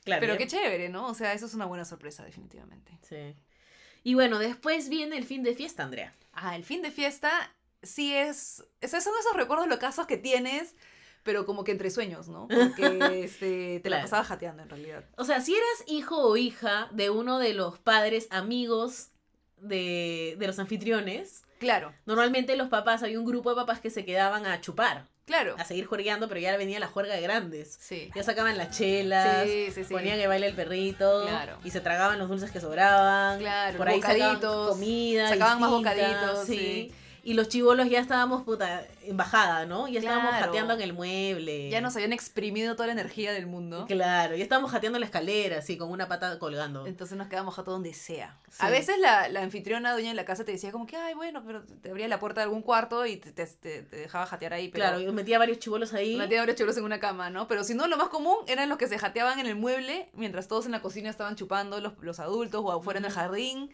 Claro.
Pero
ya-
qué chévere, ¿no? O sea, eso es una buena sorpresa, definitivamente.
Sí. Y bueno, después viene el fin de fiesta, Andrea.
Ah, el fin de fiesta sí es... o sea, son esos recuerdos locazos que tienes, pero como que entre sueños, ¿no? Porque este, te la
Claro.
pasabas jateando, en realidad.
O sea, si eras hijo o hija de uno de los padres amigos de, de los anfitriones,
Claro,
normalmente los papás, había un grupo de papás que se quedaban a chupar,
claro.
a seguir juergueando, pero ya venía la juerga de grandes.
Sí.
Ya sacaban las chelas,
Sí, sí, sí.
ponían que baile el perrito,
Claro.
y se tragaban los dulces que sobraban,
Claro,
por ahí sacaban
bocaditos,
comida,
sacaban más
distinta,
bocaditos, sí.
Y los chivolos ya estábamos, puta, en bajada, ¿no? Ya estábamos
Claro.
jateando en el mueble.
Ya nos habían exprimido toda la energía del mundo.
Claro, ya estábamos jateando la escalera, así, con una pata colgando.
Entonces nos quedámos jato donde sea.
Sí.
A veces la, la anfitriona, dueña de la casa, te decía como que, ay, bueno, pero te abría la puerta de algún cuarto y te, te- te- te dejaba jatear ahí. Pero
Claro, yo metía varios chibolos ahí.
Una tía de chulos en una cama, ¿no? Pero si no, lo más común eran los que se jateaban en el mueble mientras todos en la cocina estaban chupando, los, los adultos o afuera en el
Ujú.
jardín.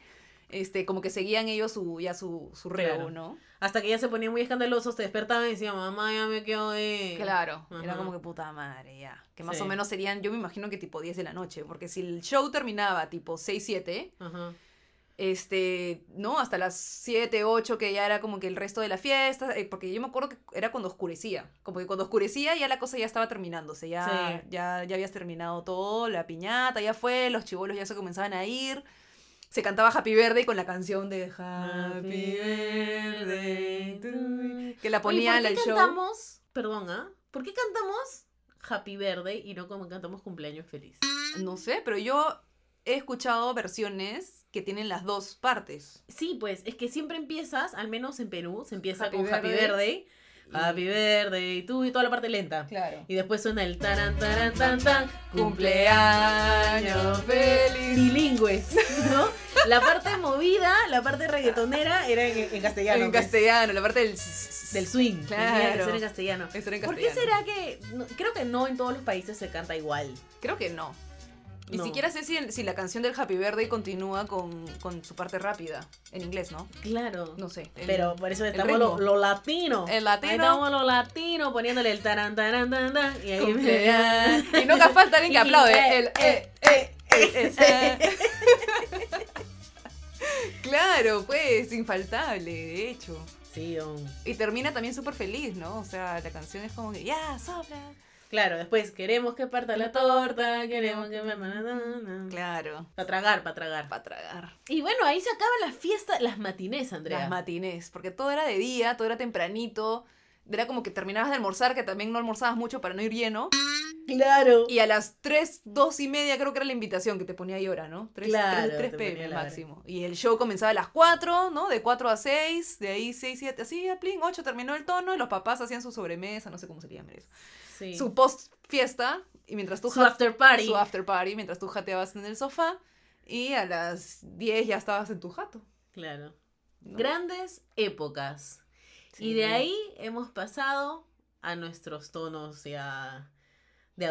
Este, como que seguían ellos su, ya su, su reo,
Claro.
¿no?
Hasta que ya se ponían muy escandalosos, te despertaban y decían, mamá, ya me quedo de...
Claro. Eh, Era
Ajá.
como que puta madre, ya. Que más
Sí.
o menos serían, yo me imagino que tipo 10 de la noche, porque si el show terminaba tipo 6, 7,
Ajá.
este, ¿no? Hasta las 7, 8, que ya era como que el resto de la fiesta, eh, porque yo me acuerdo que era cuando oscurecía, como que cuando oscurecía ya la cosa ya estaba terminándose, ya,
Sí.
ya, ya habías terminado todo, la piñata ya fue, los chivolos ya se comenzaban a ir, se cantaba Happy Verde con la canción de Happy Verde, to you, que la ponía
Oye,
en
¿por
el
qué
show.
cantamos? Perdón, ¿ah? ¿Por qué cantamos Happy Verde y no como cantamos cumpleaños feliz?
No sé, pero yo he escuchado versiones que tienen las dos partes.
Sí, pues, es que siempre empiezas, al menos en Perú, se empieza
Happy
con Happy
Verde.
Verde. Happy Verde y tú y toda la parte lenta.
Claro.
Y después suena el taran, taran, tan, tan,
Cumpleaños feliz.
bilingües, ¿no? La parte movida, la parte reggaetonera era en, en castellano.
en
pues,
castellano, la parte del, s-
Del swing.
Claro.
tenía que ser en castellano.
Eso era en
¿Por qué
castellano.
será que.? no, creo que no en todos los países se canta igual.
Creo que no. Ni
No.
siquiera sé si, si la canción del Happy Birthday continúa con, con su parte rápida. En inglés, ¿no?
Claro.
No sé. El-
Pero por eso estamos
ritmo.
los lo latinos.
El
Ahí
latino.
estamos los latinos poniéndole el taran, taran, tan, tan, Y ahí
cumpleaños. Y nunca falta alguien que aplaude. El, eh, eh, eh, eh. Claro, pues, infaltable, de hecho.
Sí, um,
Y termina también súper feliz, ¿no? O sea, la canción es como que, ya, sopla.
Claro, después queremos que parta la torta, queremos que. Para
Claro,
tragar, para tragar.
para tragar.
Y bueno, ahí se acaban las fiestas, las matinés, Andrea.
Las matinés, porque todo era de día, todo era tempranito. Era como que terminabas de almorzar, que también no almorzabas mucho para no ir lleno.
claro.
Y a las 3, 2 y media creo que era la invitación que te ponía ahí hora, ¿no? 3,
Claro,
3,
te ponía
pm
la hora.
máximo. Y el show comenzaba a las 4, ¿no? De 4 a 6, de ahí 6, 7, así, a plin, 8 terminó el tono y los papás hacían su sobremesa, no sé cómo se llama eso.
Sí.
su post fiesta y mientras tú
Su
ja-
after party.
su after party, mientras tú jateabas en el sofá y a las 10 ya estabas en tu jato.
Claro.
¿no?
Grandes épocas. Y
Sí.
de ahí hemos pasado a nuestros tonos ya de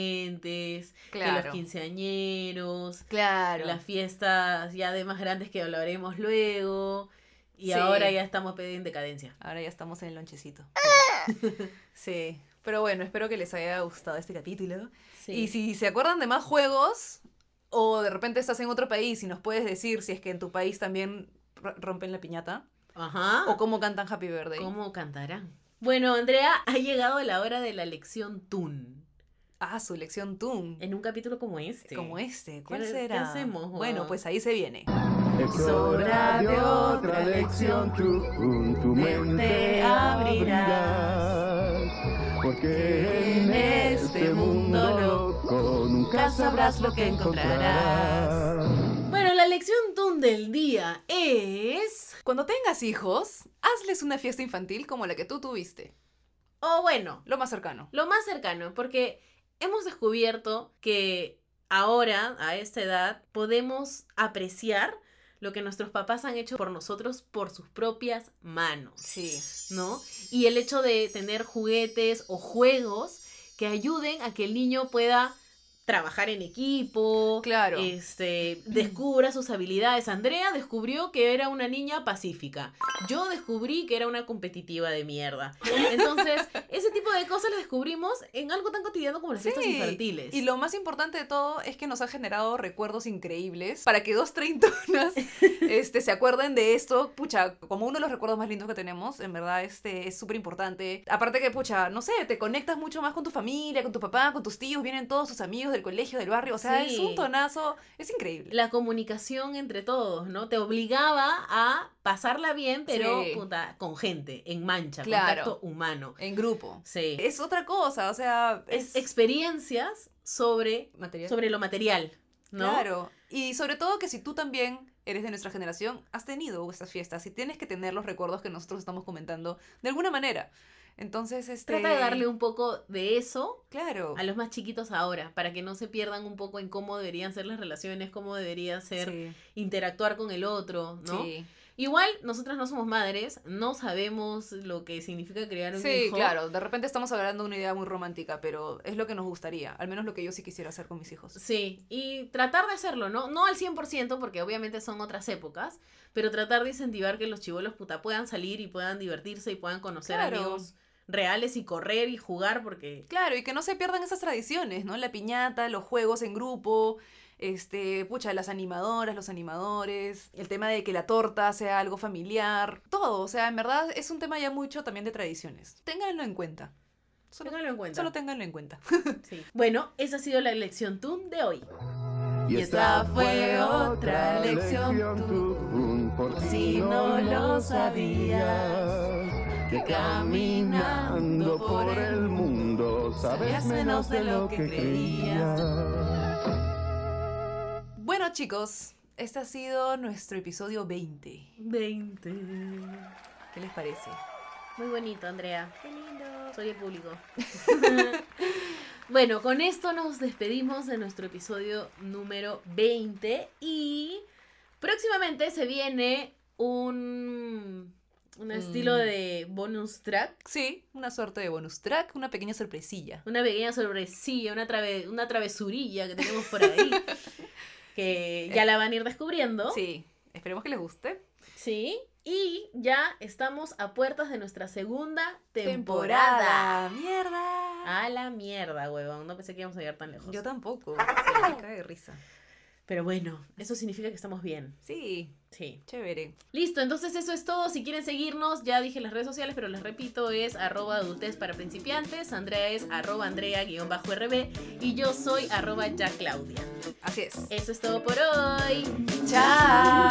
adolescentes, de
Claro.
los quinceañeros,
Claro.
las fiestas ya de más grandes que hablaremos luego. Y
Sí.
ahora ya estamos pediendo en decadencia.
Ahora ya estamos en el lonchecito. sí. Pero bueno, espero que les haya gustado este capítulo. Y si se acuerdan de más juegos, o de repente estás en otro país y nos puedes decir si es que en tu país también r- rompen la piñata,
Ajá.
o cómo cantan Happy Birthday.
Ah. ¿Cómo cantarán? Bueno, Andrea, ha llegado la hora de la lección Tun.
Ah, su lección Toon.
En un capítulo como este.
Como este, ¿cuál
¿Qué- qué
será?
hacemos, Ah.
bueno,
Juan?
pues ahí se viene.
Es hora de otra lección, tú tu mente abrirás. Porque en este mundo loco nunca sabrás lo que encontrarás.
Bueno, la lección Tun del día es...
Cuando tengas hijos, hazles una fiesta infantil como la que tú tuviste.
O bueno,
Lo más cercano.
lo más cercano, porque hemos descubierto que ahora, a esta edad, podemos apreciar lo que nuestros papás han hecho por nosotros por sus propias manos.
Sí.
¿no? Y el hecho de tener juguetes o juegos que ayuden a que el niño pueda trabajar en equipo,
Claro.
este, descubra sus habilidades. Andrea descubrió que era una niña pacífica. Yo descubrí que era una competitiva de mierda. Entonces, ese tipo de cosas las descubrimos en algo tan cotidiano como las fiestas
Sí,
infantiles.
Y lo más importante de todo es que nos ha generado recuerdos increíbles para que dos treintonas este, se acuerden de esto. Pucha, como uno de los recuerdos más lindos que tenemos, en verdad este, es súper importante. Aparte que, pucha, no sé, te conectas mucho más con tu familia, con tu papá, con tus tíos, vienen todos tus amigos del colegio, del barrio. O sea,
Sí.
es un tonazo, es increíble.
la comunicación entre todos, ¿no? Te obligaba a pasarla bien, pero
Sí.
puta, con gente, en mancha,
Claro.
contacto humano.
En grupo.
Sí.
Es otra cosa, o sea,
es experiencias sobre,
material.
sobre lo material, ¿no?
Claro. Y sobre todo que si tú también eres de nuestra generación, has tenido estas fiestas y tienes que tener los recuerdos que nosotros estamos comentando de alguna manera. Entonces, este...
Trata de darle un poco de eso
Claro.
a los más chiquitos ahora, para que no se pierdan un poco en cómo deberían ser las relaciones, cómo debería ser
Sí,
interactuar con el otro, ¿no?
sí.
Igual, nosotras no somos madres, no sabemos lo que significa crear un
Sí,
hijo.
claro. De repente estamos hablando de una idea muy romántica, pero es lo que nos gustaría. Al menos lo que yo sí quisiera hacer con mis hijos.
Sí, y tratar de hacerlo, ¿no? No al 100%, porque obviamente son otras épocas, pero tratar de incentivar que los chivolos puta puedan salir y puedan divertirse y puedan conocer
Claro.
amigos reales y correr y jugar, porque
Claro, y que no se pierdan esas tradiciones, ¿no? La piñata, los juegos en grupo, este, pucha, las animadoras, los animadores, el tema de que la torta sea algo familiar, todo, o sea, en verdad es un tema ya mucho también de tradiciones. Ténganlo en cuenta. Solo,
Ténganlo en cuenta.
solo ténganlo en cuenta.
Sí. Bueno, esa ha sido la lección TUM de hoy.
Y esta fue otra lección, tú por si no lo sabías. Que caminando por el mundo sabes menos de lo que creías.
Bueno, chicos, este ha sido nuestro episodio 20.
20.
¿Qué les parece?
Muy bonito, Andrea. Qué lindo. Soy el público. bueno, con esto nos despedimos de nuestro episodio número 20 y próximamente se viene un, un estilo
Mm.
de bonus track.
Sí, una suerte de bonus track, una pequeña sorpresilla.
Una pequeña sorpresilla, una, trave- una travesurilla que tenemos por ahí. que ya la van a ir descubriendo.
Sí, esperemos que les guste.
Sí, y ya estamos a puertas de nuestra segunda
Temporada.
temporada.
Mierda.
A la mierda, huevón. No pensé que íbamos a llegar tan lejos.
Yo tampoco. Sí, me cae de risa.
Pero bueno, eso significa que estamos bien.
Sí,
Sí.
chévere.
Listo, entonces eso es todo. Si quieren seguirnos, ya dije las redes sociales, pero les repito, es arroba adultez para principiantes, Andrea es arroba Andrea-RB y yo soy arroba ya Claudia.
Así es.
Eso es todo por hoy.
Chao.